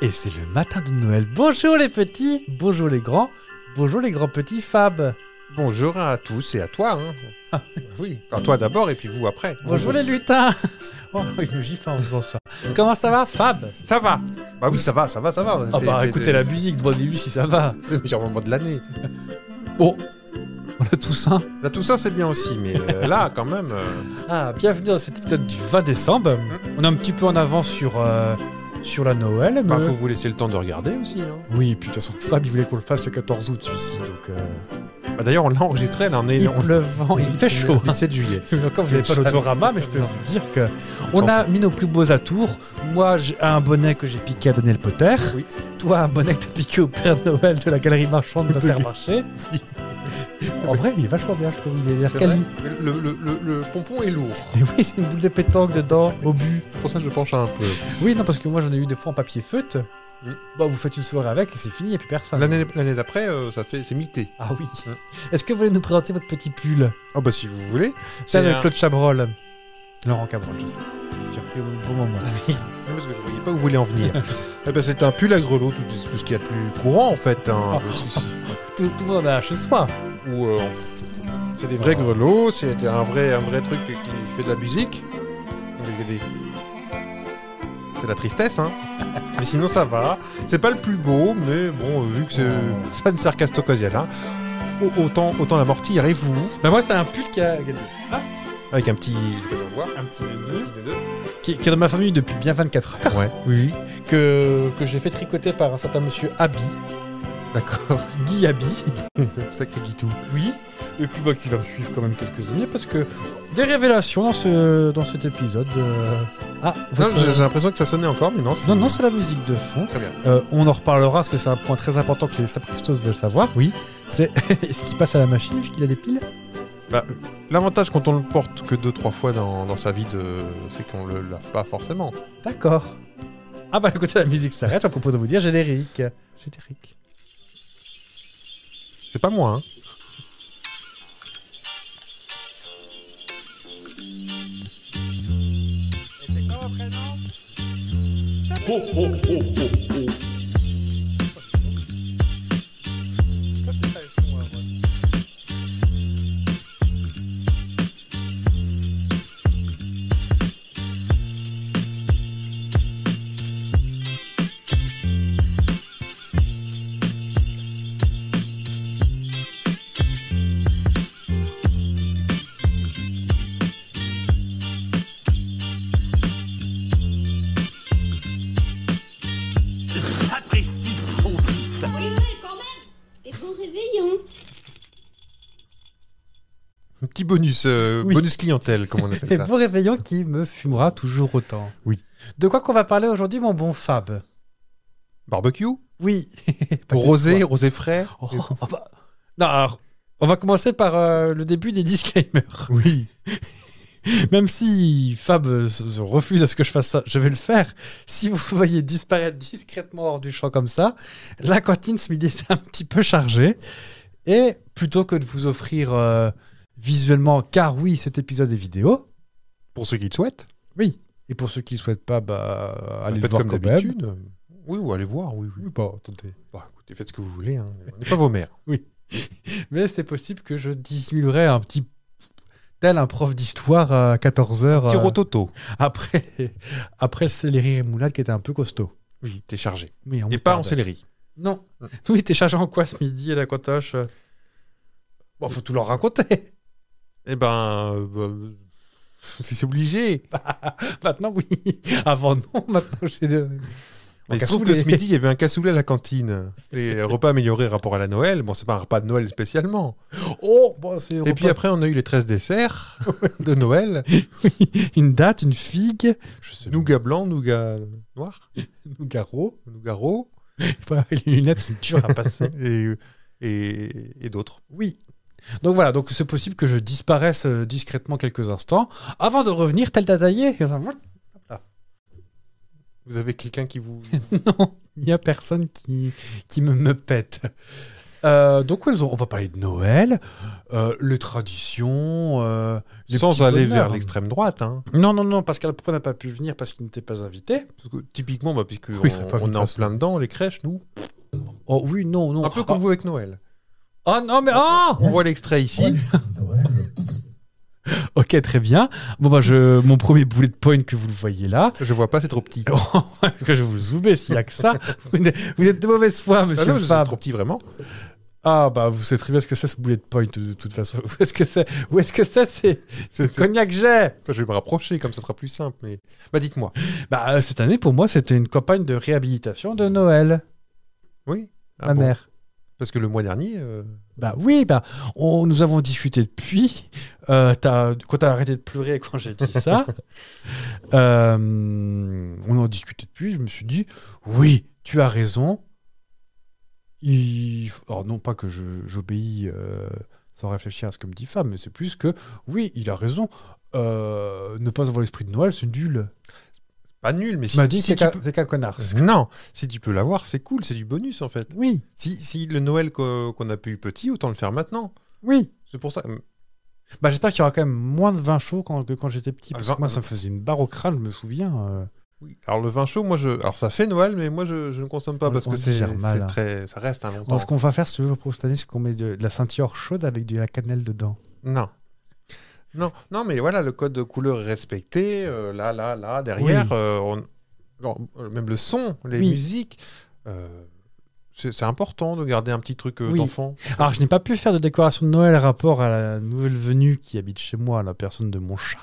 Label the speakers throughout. Speaker 1: Et c'est le matin de Noël. Bonjour les petits, bonjour les grands, bonjour les grands petits Fab.
Speaker 2: Bonjour à tous et à toi. hein.
Speaker 1: Ah.
Speaker 2: oui, à toi d'abord et puis vous après.
Speaker 1: Bonjour les lutins. Oh, il me gifle en faisant ça. Comment ça va Fab
Speaker 2: Ça va Bah oui, ça va, ça va, ça va.
Speaker 1: Ah
Speaker 2: C'est-
Speaker 1: bah
Speaker 2: c'est-
Speaker 1: écoutez la musique, droit début si ça va.
Speaker 2: C'est le meilleur moment de l'année.
Speaker 1: Bon, on a tous un.
Speaker 2: Là, tout ça, c'est bien aussi, mais euh, là, quand même. euh,
Speaker 1: Ah, bienvenue dans cet épisode du 20 décembre. On est un petit peu en avance sur, euh, sur la Noël. Mais...
Speaker 2: bah, faut vous laisser le temps de regarder aussi. hein.
Speaker 1: Oui, puis de toute façon, Fab, il voulait qu'on le fasse le 14 août celui-ci. Donc, euh,
Speaker 2: Bah, D'ailleurs, on l'a enregistré, là, on est.
Speaker 1: il
Speaker 2: on-
Speaker 1: pleut vent, il fait chaud.
Speaker 2: le 17 juillet.
Speaker 1: Encore, vous n'avez pas l'autorama, mais je peux vous dire que on
Speaker 2: Enfin.
Speaker 1: a mis nos plus beaux atours. Moi, j'ai un bonnet que j'ai piqué à Daniel Potter.
Speaker 2: Oui.
Speaker 1: Toi, un bonnet que t'as piqué au Père Noël de la galerie marchande d'Intermarché. en vrai, il est vachement bien, je trouve. Il est l'air
Speaker 2: C'est vrai
Speaker 1: quali.
Speaker 2: Mais Le, le- le- le pompon est lourd.
Speaker 1: Et oui, c'est une boule de pétanque dedans, au but.
Speaker 2: C'est pour ça que je penche un peu.
Speaker 1: Oui, non, parce que moi, j'en ai eu des fois en papier feutre.
Speaker 2: Mm.
Speaker 1: Bah, vous faites une soirée avec et c'est fini, il n'y a plus personne.
Speaker 2: L'année l'année d'après, euh, ça fait. C'est mité.
Speaker 1: Ah oui.
Speaker 2: Mm.
Speaker 1: Est-ce que vous voulez nous présenter votre petit pull
Speaker 2: Ah bah, si vous voulez.
Speaker 1: C'est avec
Speaker 2: un-
Speaker 1: Claude Chabrol. Laurent Cabrol, je sais. J'ai repris au bon moment.
Speaker 2: Non, parce que je voyais pas où vous voulez en venir. Eh ben, c'est un pull à grelot, tout, tout ce qu'il y a de plus courant en fait. hein.
Speaker 1: Ah. Tout, tout le monde en a un chez soi.
Speaker 2: Ou, euh, c'est des
Speaker 1: Ah.
Speaker 2: vrais grelots, c'est un vrai, un vrai truc qui fait de la musique. Regardez. C'est la tristesse, hein. mais sinon ça va. C'est pas le plus beau, mais bon, euh, vu que
Speaker 1: Ah.
Speaker 2: c'est- ça ne sert qu'à cette occasion-là, au- autant, autant l'amortir. Et vous,
Speaker 1: Bah moi c'est un pull qui a Ah,
Speaker 2: avec un petit. Je vais le voir.
Speaker 1: un petit qui, qui est dans ma famille depuis bien 24 heures
Speaker 2: Ouais,
Speaker 1: oui que, que j'ai fait tricoter par un certain monsieur Abi
Speaker 2: d'accord.
Speaker 1: Guy Abi
Speaker 2: Sacré guitou.
Speaker 1: oui et puis bah qui va me suivre quand même quelques années parce que des révélations dans ce dans cet épisode euh. ah
Speaker 2: Non,
Speaker 1: votre-
Speaker 2: j'ai j'ai l'impression que ça sonnait encore, mais non. c'est-
Speaker 1: non non c'est la musique de fond
Speaker 2: Très bien.
Speaker 1: Euh, on en reparlera parce que c'est un point très important que les sapristos veulent savoir oui c'est ce qui passe à la machine puisqu'il a des piles
Speaker 2: L'avantage quand on le porte que deux trois fois dans, dans sa vie, de... c'est qu'on le lave pas forcément.
Speaker 1: d'accord ah bah le côté de la musique s'arrête à propos de vous dire générique
Speaker 2: Générique. C'est pas moi, hein.
Speaker 3: Oui, oui, quand même Et bon réveillon
Speaker 2: Un petit bonus, euh,
Speaker 1: Oui.
Speaker 2: bonus clientèle, comme on
Speaker 1: Et
Speaker 2: appelle ça.
Speaker 1: vous réveillons qui me fumera toujours autant.
Speaker 2: Oui.
Speaker 1: De quoi qu'on va parler aujourd'hui, mon bon Fab
Speaker 2: Barbecue,
Speaker 1: Oui. Pas que
Speaker 2: rosé,
Speaker 1: toi.
Speaker 2: rosé frais.
Speaker 1: Oh, oh, bah. Non, alors, on va commencer par euh, le début des disclaimers.
Speaker 2: Oui.
Speaker 1: Même si Fab euh, se se refuse à ce que je fasse ça, je vais le faire. Si vous voyez disparaître discrètement hors du champ comme ça, la cantine ce midi est un petit peu chargée. Et plutôt que de vous offrir euh, visuellement, car oui, cet épisode est vidéo,
Speaker 2: Pour ceux qui le souhaitent,
Speaker 1: oui. Et pour ceux qui ne souhaitent pas, bah, allez le
Speaker 2: faites
Speaker 1: voir
Speaker 2: comme
Speaker 1: quand même.
Speaker 2: d'habitude. Oui, ou allez voir, oui, oui. Bah, attendez. Bah, écoutez, faites ce que vous voulez, hein. On n'est pas vos mères.
Speaker 1: Mais c'est possible que je diminuerai un petit. tel un prof d'histoire à 14h
Speaker 2: Petit rototo.
Speaker 1: après, après le céleri et moulade qui était un peu costaud.
Speaker 2: Oui, t'es chargé.
Speaker 1: Mais on
Speaker 2: Et
Speaker 1: me
Speaker 2: pas
Speaker 1: tarde.
Speaker 2: en céleri.
Speaker 1: Non. Oui, t'es chargé en quoi ce midi à la cotoche Bon, faut tout leur raconter.
Speaker 2: Eh ben, euh, bah, c'est obligé.
Speaker 1: Maintenant, oui. Avant, non. Maintenant, j'ai. de-
Speaker 2: Mais
Speaker 1: En
Speaker 2: il se trouve que
Speaker 1: cassoulet.
Speaker 2: ce midi, il y avait un cassoulet à la cantine. C'était un repas amélioré rapport à la Noël. Bon, c'est pas un repas de Noël spécialement.
Speaker 1: Oh, bon, c'est.
Speaker 2: Et puis après, on a eu les 13 desserts de Noël.
Speaker 1: une date, une figue. Je sais.
Speaker 2: Nougat blanc, nougat noir,
Speaker 1: Nougaro.
Speaker 2: nougat rau
Speaker 1: Les lunettes, c'est dur à passer.
Speaker 2: et, et, et d'autres.
Speaker 1: Oui. Donc voilà, donc c'est possible que je disparaisse euh, discrètement quelques instants avant de revenir tel dadaillé.
Speaker 2: Vous avez quelqu'un qui vous...
Speaker 1: Non, il n'y a personne qui, qui me, me pète. Euh, donc, ouais, nous, on va parler de Noël, euh, les traditions. euh, les
Speaker 2: Sans
Speaker 1: petits
Speaker 2: aller vers
Speaker 1: bonheurs.
Speaker 2: l'extrême droite. Hein.
Speaker 1: Non, non, non, Pascal Pro n'a pas pu venir parce qu'il n'était pas invité.
Speaker 2: Parce que, typiquement, bah, puisque
Speaker 1: Oui,
Speaker 2: on,
Speaker 1: ça va pas
Speaker 2: on
Speaker 1: vite,
Speaker 2: est en
Speaker 1: ça.
Speaker 2: plein dedans, les crèches, nous.
Speaker 1: Oh oui, non, non.
Speaker 2: Un peu comme
Speaker 1: Ah,
Speaker 2: vous avec Noël.
Speaker 1: ah, non, mais. ah
Speaker 2: On voit l'extrait ici.
Speaker 1: ok, très bien. Bon, bah, je, mon premier bullet point que vous le voyez là,
Speaker 2: Je vois pas, c'est trop
Speaker 1: Oh,
Speaker 2: petit.
Speaker 1: que je vais vous zoomer s'il n'y a que ça. vous, n'êtes- vous êtes de mauvaise foi,
Speaker 2: Ah
Speaker 1: monsieur
Speaker 2: non, c'est
Speaker 1: Fab.
Speaker 2: trop petit, vraiment.
Speaker 1: Ah, bah, vous savez très bien ce que c'est ce bullet point de toute façon. Où est-ce que c'est Où est-ce que c'est C'est
Speaker 2: C'est- c'est-
Speaker 1: cognac j'ai
Speaker 2: Enfin, je vais me rapprocher, comme ça sera plus simple. Mais bah, dites-moi.
Speaker 1: Bah, euh, cette année, pour moi, c'était une campagne de réhabilitation de Noël,
Speaker 2: Oui. Ah
Speaker 1: ma
Speaker 2: bon.
Speaker 1: mère.
Speaker 2: Parce que le mois dernier, euh,
Speaker 1: Bah oui, bah, on, nous avons discuté depuis. Euh, t'as- quand t'as arrêté de pleurer quand j'ai dit ça, euh, on en a discuté depuis. Je me suis dit, oui, tu as raison. Il... faut- Alors non pas que je- j'obéis euh, sans réfléchir à ce que me dit Fab, mais c'est plus que, oui, il a raison. Euh, ne pas avoir l'esprit de Noël, c'est nul.
Speaker 2: pas nul, mais si,
Speaker 1: Tu m'as dit,
Speaker 2: si
Speaker 1: c'est
Speaker 2: tu
Speaker 1: qu'un
Speaker 2: peux-
Speaker 1: c'est qu'un connard.
Speaker 2: Non, si tu peux l'avoir, c'est cool, c'est du bonus en fait.
Speaker 1: Oui,
Speaker 2: Si, si le Noël qu'o- qu'on a pu eu petit, autant le faire maintenant.
Speaker 1: oui.
Speaker 2: C'est pour ça.
Speaker 1: Bah, j'espère qu'il y aura quand même moins de vin chaud quand, que quand j'étais petit. Parce
Speaker 2: Ah,
Speaker 1: que moi,
Speaker 2: vin-
Speaker 1: ça me faisait une barre au crâne, je me souviens. euh.
Speaker 2: Oui. Alors le vin chaud, moi je, alors ça fait Noël, mais moi je, je ne consomme pas
Speaker 1: On-
Speaker 2: parce
Speaker 1: on
Speaker 2: que c'est
Speaker 1: digère mal,
Speaker 2: c'est
Speaker 1: hein.
Speaker 2: très, ça reste un longtemps.
Speaker 1: Alors, ce qu'on va faire, si tu veux, pour cette année, c'est qu'on met de, de la ceinture chaude avec de la cannelle dedans.
Speaker 2: Non. Non, non, mais voilà, le code de couleur est respecté. euh, là, là, là, derrière,
Speaker 1: Oui.
Speaker 2: euh, on- alors, euh, même le son, les
Speaker 1: Oui.
Speaker 2: musiques. euh, c'est c'est important de garder un petit truc euh,
Speaker 1: Oui.
Speaker 2: d'enfant.
Speaker 1: Alors, je n'ai pas pu faire de décoration de Noël rapport à la nouvelle venue qui habite chez moi, la personne de mon chat.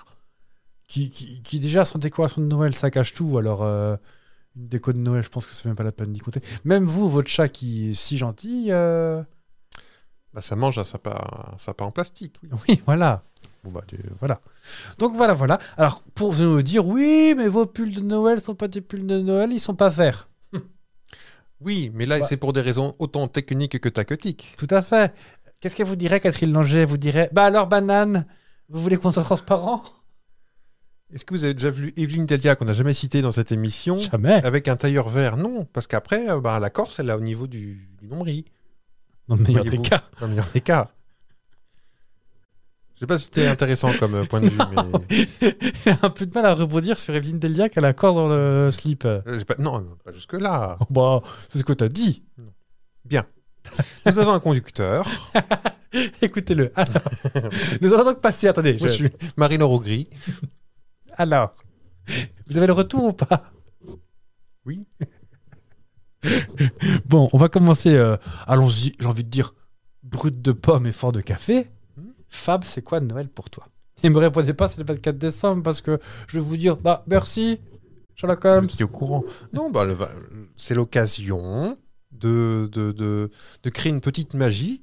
Speaker 1: Qui, qui, qui, déjà, sans décoration de Noël, ça cache tout. Alors, euh, une déco de Noël, je pense que c'est même pas la peine d'y compter. Même vous, votre chat qui est si gentil. euh,
Speaker 2: Bah, ça mange un sapin, un sapin en plastique. oui.
Speaker 1: Oui, voilà. Bon bah, tu- voilà. Donc voilà, voilà. Alors, pour nous dire, oui, mais vos pulls de Noël sont pas des pulls de Noël, ils sont pas verts.
Speaker 2: Oui, mais là,
Speaker 1: Bah.
Speaker 2: c'est pour des raisons autant techniques que tactiques.
Speaker 1: Tout à fait. Qu'est-ce qu'elle vous dirait, Catherine Langer Elle Vous dirait, bah alors, banane, vous voulez qu'on soit transparent
Speaker 2: Est-ce que vous avez déjà vu Evelyne Delia, qu'on n'a jamais citée dans cette émission,
Speaker 1: Jamais.
Speaker 2: avec un tailleur vert Non, parce qu'après, euh, bah, la Corse, elle est au niveau du, du nombril,
Speaker 1: Dans le meilleur des
Speaker 2: Voyez-vous.
Speaker 1: cas.
Speaker 2: dans le meilleur des cas. Je sais pas si c'était intéressant comme euh, point de vue, mais...
Speaker 1: J'ai un peu de mal à rebondir sur Evelyne Deliac, elle a encore dans le slip.
Speaker 2: Euh, j'ai pas- Non, non, pas jusque-là.
Speaker 1: Oh, bah, c'est ce que t'as dit.
Speaker 2: Nous avons un conducteur.
Speaker 1: Écoutez-le. Alors, nous allons donc passer, attendez.
Speaker 2: Moi, je
Speaker 1: je-
Speaker 2: suis Marine Gris.
Speaker 1: Alors, vous avez le retour ou pas
Speaker 2: Oui.
Speaker 1: bon, on va commencer. euh, Allons-y, j'ai envie de dire brut de pomme et fort de café.
Speaker 2: Mhm.
Speaker 1: Fab, c'est quoi Noël pour toi Et me répondez pas, c'est le 24 décembre parce que je vais vous dire, bah merci, Sherlock Holmes.
Speaker 2: Qui est au courant. Non, bah, le va- c'est l'occasion de, de, de, de créer une petite magie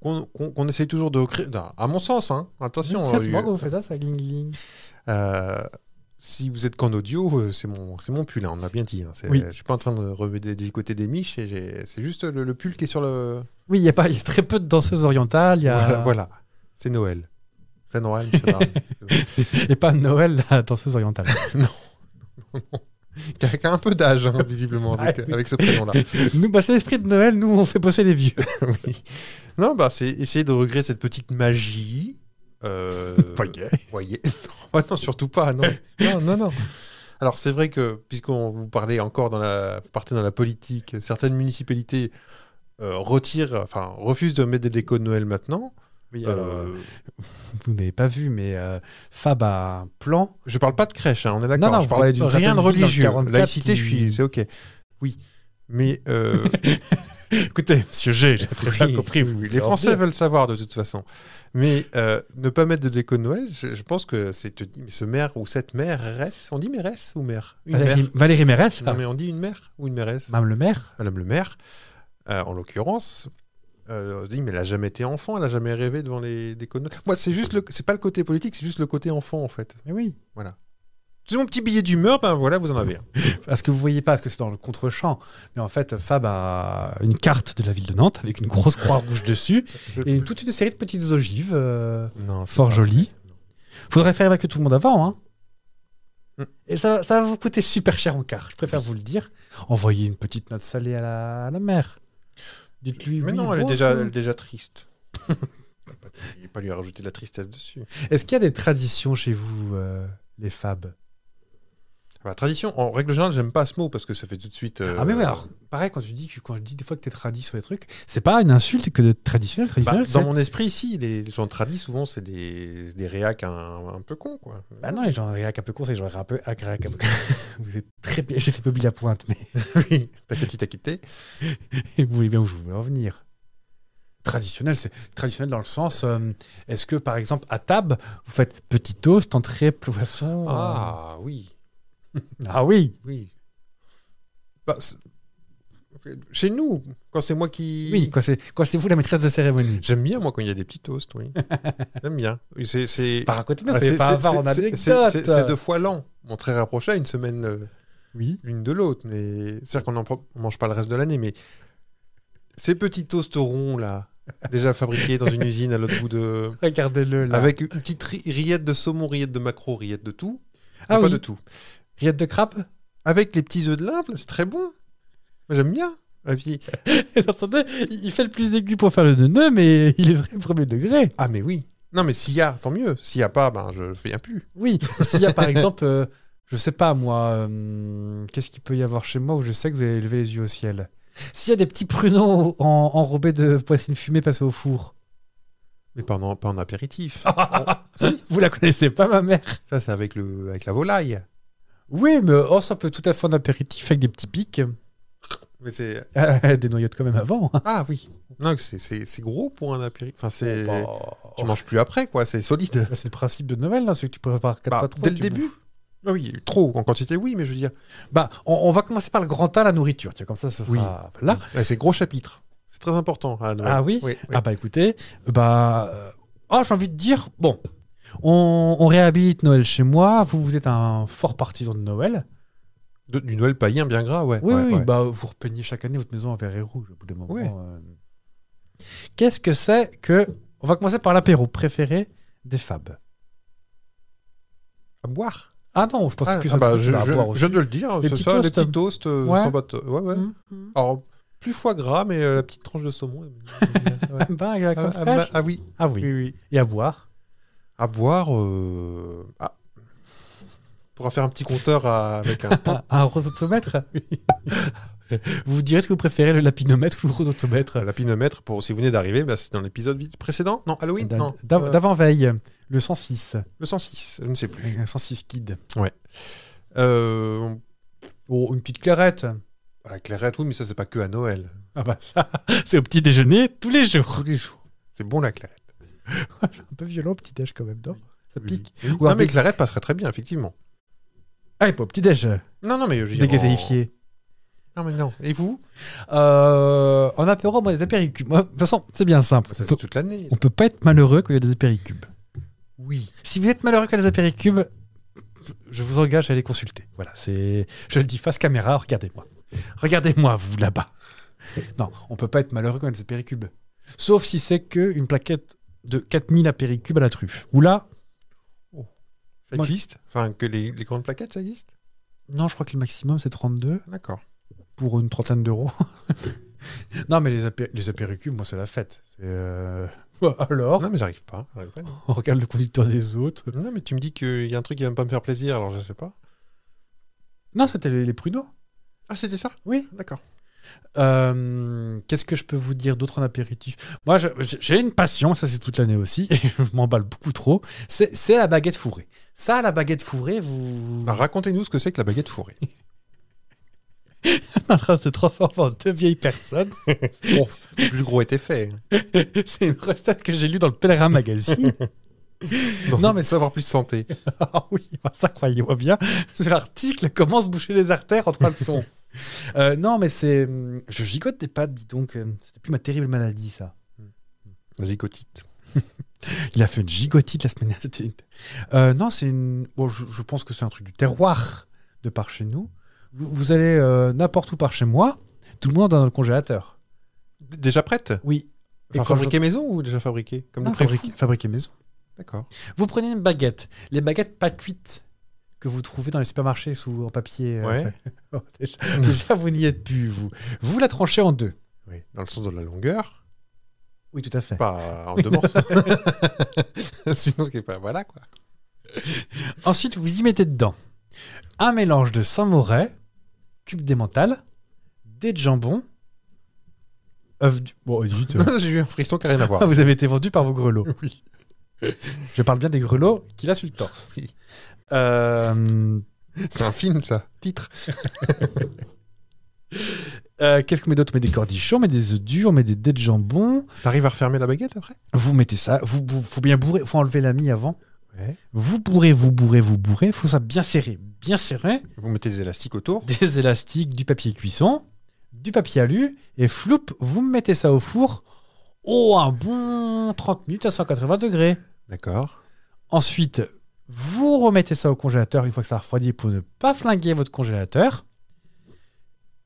Speaker 2: qu'on qu'on- qu'on essaye toujours de créer. non, À mon sens, hein. attention.
Speaker 1: Faites-moi
Speaker 2: euh,
Speaker 1: quand vous faites ça, ça gling gling.
Speaker 2: euh, si vous êtes qu'en audio, euh, c'est mon, c'est mon pull, hein, on l'a bien dit. hein. C'est-
Speaker 1: Oui.
Speaker 2: Je suis pas en train de revenir du côté des miches, et j'ai- c'est juste le, le pull qui est sur le.
Speaker 1: Oui, il y, a pas- il y a très peu de danseuses orientales, il y a...
Speaker 2: Voilà, voilà. c'est Noël. C'est Noël, monsieur Darwin.
Speaker 1: et pas Noël, la danseuse orientale.
Speaker 2: qui a- qui a un peu d'âge, hein, visiblement, avec,
Speaker 1: Ah, oui.
Speaker 2: avec ce prénom-là.
Speaker 1: nous, bah, c'est l'esprit de Noël, nous, on fait bosser les vieux.
Speaker 2: Oui. Non, bah, c'est essayer de regretter cette petite magie. Euh, voyez. Non, non, surtout pas. Non, non, non. non. Alors, c'est vrai que, puisqu'on vous parlait encore dans la, vous partez dans la politique, certaines municipalités euh, retirent, enfin, refusent de mettre des décos de Noël maintenant.
Speaker 1: Oui,
Speaker 2: Euh,
Speaker 1: alors, vous n'avez pas vu, mais euh, Fab a un plan.
Speaker 2: je parle pas de crèche, hein, on est
Speaker 1: Non, non,
Speaker 2: d'accord.
Speaker 1: vous
Speaker 2: Je
Speaker 1: parlez
Speaker 2: parle
Speaker 1: d'une
Speaker 2: rien
Speaker 1: certaine
Speaker 2: de
Speaker 1: ville dans le
Speaker 2: religieux.
Speaker 1: 44
Speaker 2: Laïcité,
Speaker 1: qui-
Speaker 2: je suis, c'est ok. Oui, mais euh,
Speaker 1: Écoutez, monsieur G, j'ai
Speaker 2: Oui, oui, oui. Les Français veulent savoir de toute façon. Mais euh, ne pas mettre de déco de Noël, je, je pense que c'est te dis, mais ce maire ou cette mairesse, on dit mairesse ou maire Une
Speaker 1: Valérie,
Speaker 2: maire.
Speaker 1: Valérie Mérès, hein.
Speaker 2: Non, mais on dit une maire ou une mairesse
Speaker 1: Madame le maire.
Speaker 2: Madame le maire, euh, en l'occurrence, euh, on dit mais elle a jamais été enfant, elle a jamais rêvé devant les décos de Noël. Moi, c'est juste le, c'est pas le côté politique, c'est juste le côté enfant en fait.
Speaker 1: Mais oui.
Speaker 2: C'est mon petit billet d'humeur, ben voilà, vous en avez un.
Speaker 1: Parce que vous voyez pas, parce que c'est dans le contre-champ. Mais en fait, Fab a une carte de la ville de Nantes avec une grosse croix rouge dessus et toute une série de petites ogives euh,
Speaker 2: Non, c'est
Speaker 1: fort
Speaker 2: pas-
Speaker 1: jolies. Faudrait faire avec tout le monde avant, hein.
Speaker 2: Mm.
Speaker 1: Et ça, ça va vous coûter super cher en carte, je préfère vous le dire. Envoyez une petite note salée à la, à la mère. Dites-lui.
Speaker 2: Mais
Speaker 1: oui,
Speaker 2: non, elle est,
Speaker 1: bonjour.
Speaker 2: déjà, elle est déjà triste. Il pas lui rajouter de la tristesse dessus.
Speaker 1: Est-ce qu'il y a des traditions chez vous, euh, les fabs
Speaker 2: Bah, tradition, en règle générale, j'aime pas ce mot parce que ça fait tout de suite. euh,
Speaker 1: Ah, mais oui, alors, pareil, quand tu dis que, quand je dis des fois que t'es tradit sur les trucs, c'est pas une insulte que d'être traditionnel.
Speaker 2: bah,
Speaker 1: Traditionnel,
Speaker 2: dans
Speaker 1: c'est-
Speaker 2: mon esprit, ici, les gens tradis, souvent, c'est des, des réacs un, un peu cons, quoi.
Speaker 1: Bah non, les gens réac un peu court, c'est les gens réac un peu réac un peu. vous êtes très bien. J'ai fait Bobby la pointe, mais
Speaker 2: oui, t'as quitté, t'as quitté.
Speaker 1: vous voyez bien où je voulais en venir. Traditionnel, c'est traditionnel dans le sens. euh, Est-ce que par exemple à table, vous faites petit toast, entrée, poisson euh,
Speaker 2: Ah, oui,
Speaker 1: ah oui,
Speaker 2: oui. Bah, c'est- Chez nous, quand c'est moi qui.
Speaker 1: oui, quand c'est quand c'est vous la maîtresse de cérémonie.
Speaker 2: J'aime bien, moi, quand il y a des petits toasts, oui. J'aime bien. C'est- C'est.
Speaker 1: Par à côté, non,
Speaker 2: Ah,
Speaker 1: c'est
Speaker 2: c'est-
Speaker 1: pas
Speaker 2: c'est-
Speaker 1: avare en
Speaker 2: c'est- c'est-
Speaker 1: anecdote.
Speaker 2: c'est- C'est deux fois l'an. On très rapproché à une semaine euh,
Speaker 1: Oui.
Speaker 2: l'une de l'autre. Mais... C'est-à-dire qu'on ne mange pas le reste de l'année. Mais ces petits toasts ronds, là, déjà fabriqués dans une usine à l'autre bout de.
Speaker 1: Regardez-le là.
Speaker 2: Avec une petite ri- rillette de saumon, rillette de maquereau, rillette de tout.
Speaker 1: ah
Speaker 2: Mais
Speaker 1: oui.
Speaker 2: Pas de tout.
Speaker 1: Rillette de crabe.
Speaker 2: Avec les petits œufs de limpe, là, c'est très bon. Moi, J'aime bien. Et puis,
Speaker 1: Attendez, il fait le plus aigu pour faire le nœud, mais il est vrai premier degré.
Speaker 2: ah, mais oui. Non, mais s'il y a, tant mieux. S'il n'y a pas, ben, je ne fais rien plus.
Speaker 1: Oui. S'il y a par exemple, euh, je sais pas moi, euh, qu'est-ce qu'il peut y avoir chez moi où je sais que vous allez lever les yeux au ciel. S'il y a des petits pruneaux en- enrobés de poitrine fumée passés au four,
Speaker 2: Mais pas en, pas en apéritif.
Speaker 1: Oh. vous la connaissez pas, ma mère
Speaker 2: Ça, c'est avec, le, avec la volaille.
Speaker 1: Oui, mais oh, ça peut tout à fait en apéritif avec des petits pics.
Speaker 2: Mais c'est.
Speaker 1: Ah, des noyettes quand même avant. hein.
Speaker 2: Ah oui. Non, c'est- c'est c'est gros pour un apéritif. Enfin, c'est.
Speaker 1: Bon,
Speaker 2: Tu manges plus après, quoi. C'est solide.
Speaker 1: Bah, C'est le principe de Noël, là, c'est que tu prépares 4
Speaker 2: Bah,
Speaker 1: fois 3.
Speaker 2: dès le début. Ah Oui, trop en quantité, oui, mais je veux dire.
Speaker 1: Bah, on, on va commencer par le grand A, la nourriture. Tiens, comme ça, ce sera
Speaker 2: Oui.
Speaker 1: là.
Speaker 2: Ouais, c'est gros chapitre. C'est très important. hein, à Noël.
Speaker 1: Ah oui
Speaker 2: oui, oui.
Speaker 1: Ah bah écoutez, bah... euh, Ah, j'ai envie de dire, bon, on, on réhabilite Noël chez moi. Vous, vous êtes un fort partisan de Noël.
Speaker 2: De- du Noël païen bien gras, ouais.
Speaker 1: Oui,
Speaker 2: ouais,
Speaker 1: oui,
Speaker 2: ouais.
Speaker 1: bah vous repeignez chaque année votre maison en vert et rouge au bout d'un moment.
Speaker 2: Oui.
Speaker 1: euh. Qu'est-ce que c'est que... On va commencer par l'apéro préféré des fabs.
Speaker 2: À boire.
Speaker 1: Ah non, je pensais
Speaker 2: Ah,
Speaker 1: plus
Speaker 2: ah
Speaker 1: à-
Speaker 2: bah, je,
Speaker 1: bah, à
Speaker 2: je-
Speaker 1: boire
Speaker 2: je
Speaker 1: aussi.
Speaker 2: viens de le dire.
Speaker 1: Les
Speaker 2: C'est
Speaker 1: petits
Speaker 2: ça, les
Speaker 1: toasts.
Speaker 2: petits toasts euh,
Speaker 1: Ouais.
Speaker 2: sans batte- Ouais, ouais.
Speaker 1: Mhm, mhm.
Speaker 2: Alors, plus foie gras, mais euh, la petite tranche de saumon. euh, ouais.
Speaker 1: Bah, il y a la
Speaker 2: ah,
Speaker 1: crème
Speaker 2: ah,
Speaker 1: fraîche.
Speaker 2: bah, ah oui.
Speaker 1: Ah oui,
Speaker 2: oui, oui.
Speaker 1: et à boire.
Speaker 2: À boire. Euh... Ah. On pourra faire un petit compteur à- avec un.
Speaker 1: Un, un rototomètre Vous direz ce que vous préférez, le lapinomètre ou le rototomètre
Speaker 2: La pinomètre, pour, si vous venez d'arriver, bah, c'est dans l'épisode vi- précédent Non, Halloween
Speaker 1: D'a-
Speaker 2: Non.
Speaker 1: d'a-
Speaker 2: Euh,
Speaker 1: D'avant-veille, le 106.
Speaker 2: le 106, je ne sais plus.
Speaker 1: Un 106 kid.
Speaker 2: Euh,
Speaker 1: Oh, une petite clarette.
Speaker 2: la Ah, clairette, oui, mais ça, c'est pas que à Noël.
Speaker 1: Ah bah ça, c'est au petit déjeuner tous les jours.
Speaker 2: Tous les jours. C'est bon, la clairette.
Speaker 1: C'est un peu violent au petit déj quand même, non Ça pique.
Speaker 2: Oui.
Speaker 1: Ou un
Speaker 2: non, mais
Speaker 1: petit-
Speaker 2: clairette passerait très bien, effectivement.
Speaker 1: Ah, et pas au petit déj,
Speaker 2: Non, non, mais je veux dire,
Speaker 1: dégazéifié.
Speaker 2: en- Non, mais non. Et vous
Speaker 1: Euh, en apéro, moi, des apéricubes. Moi, De toute façon, c'est bien simple.
Speaker 2: Bah, Ça,
Speaker 1: On
Speaker 2: c'est
Speaker 1: peut-
Speaker 2: toute l'année.
Speaker 1: on peut pas être malheureux quand il y a des apéricubes.
Speaker 2: Oui.
Speaker 1: Si vous êtes malheureux quand il y a des apéricubes, je vous engage à les consulter. Voilà, c'est, je le dis face caméra, regardez-moi. Regardez-moi, vous, là-bas. Non, on peut pas être malheureux quand il y a des apéricubes. Sauf si c'est que une plaquette de 4000 apéricubes à la truffe. Ou là, oh,
Speaker 2: Ça
Speaker 1: Moi,
Speaker 2: existe Enfin, que les, les grandes plaquettes, ça existe Ah,
Speaker 1: non, je crois que le maximum, c'est 32
Speaker 2: D'accord.
Speaker 1: pour une trentaine d'euros. non, mais les, apé- les apéricubes, moi, c'est la fête. C'est, euh, Alors,
Speaker 2: Non, mais j'arrive pas. j'arrive pas, non.
Speaker 1: on regarde le conducteur des autres.
Speaker 2: Non, mais tu me dis qu'il y a un truc qui va pas me faire plaisir, alors je sais pas.
Speaker 1: Non, c'était les, les pruneaux.
Speaker 2: Ah, c'était ça
Speaker 1: Oui.
Speaker 2: D'accord.
Speaker 1: Euh, qu'est-ce que je peux vous dire d'autre en apéritif Moi, je- je- j'ai une passion, ça c'est toute l'année aussi, et je m'emballe beaucoup trop. C'est c'est la baguette fourrée. Ça, la baguette fourrée, vous.
Speaker 2: Bah, Racontez-nous ce que c'est que la baguette fourrée.
Speaker 1: en train de se transformer en deux vieilles personnes.
Speaker 2: bon, le plus gros était fait. hein.
Speaker 1: c'est une recette que j'ai lue dans le Pèlerin Magazine.
Speaker 2: Donc,
Speaker 1: Non, mais-
Speaker 2: savoir plus santé.
Speaker 1: ah oui, bah ça croyez-moi bien. L'article commence à boucher les artères en trois leçons. Euh, non, mais c'est. Je gigote des pattes, dis donc. euh, C'était plus ma terrible maladie, ça.
Speaker 2: La gigotite.
Speaker 1: Il a fait une gigotite la semaine dernière. C'était une- Euh, non, c'est une. bon, je, je pense que c'est un truc du terroir de par chez nous. Vous, vous allez euh, n'importe où par chez moi, tout le monde a dans le congélateur.
Speaker 2: D- Déjà prête
Speaker 1: Oui. Et
Speaker 2: Enfin,
Speaker 1: quand
Speaker 2: fabriquée maison ou déjà fabriquée Comme
Speaker 1: je-
Speaker 2: des
Speaker 1: Non,
Speaker 2: préfous
Speaker 1: fabriqué, fabriqué maison.
Speaker 2: D'accord.
Speaker 1: Vous prenez une baguette. Les baguettes pas cuites que vous trouvez dans les supermarchés sous en papier. euh,
Speaker 2: Ouais.
Speaker 1: déjà, déjà, vous n'y êtes plus, vous. Vous la tranchez en deux.
Speaker 2: Oui, dans le sens de la longueur,
Speaker 1: Oui, tout à fait.
Speaker 2: pas en deux morceaux. Sinon, c'est pas voilà quoi.
Speaker 1: Ensuite, vous y mettez dedans un mélange de saint-maurel, cube d'émental, dés de jambon, œufs du... Bon, zut, euh,
Speaker 2: J'ai eu un frisson qui n'a rien à voir.
Speaker 1: ah, vous avez été vendu par vos grelots.
Speaker 2: Oui.
Speaker 1: Je parle bien des grelots qu'il a sur le torse.
Speaker 2: Oui.
Speaker 1: Euh,
Speaker 2: C'est un film ça, titre.
Speaker 1: euh, Qu'est-ce qu'on met d'autre On met des cordichons, on met des œufs durs, on met des dés de jambon.
Speaker 2: T'arrives à refermer la baguette après
Speaker 1: Vous mettez ça, vous, vous- faut bien bourrer, faut enlever la mie avant.
Speaker 2: Ouais.
Speaker 1: Vous bourrez, vous bourrez, vous bourrez, faut ça bien serré, bien serré.
Speaker 2: Vous mettez des élastiques autour.
Speaker 1: des élastiques, du papier cuisson, du papier alu, et floup, vous mettez ça au four. Oh, un bon 30 minutes à 180 degrés.
Speaker 2: D'accord.
Speaker 1: Ensuite, vous remettez ça au congélateur une fois que ça a refroidi pour ne pas flinguer votre congélateur.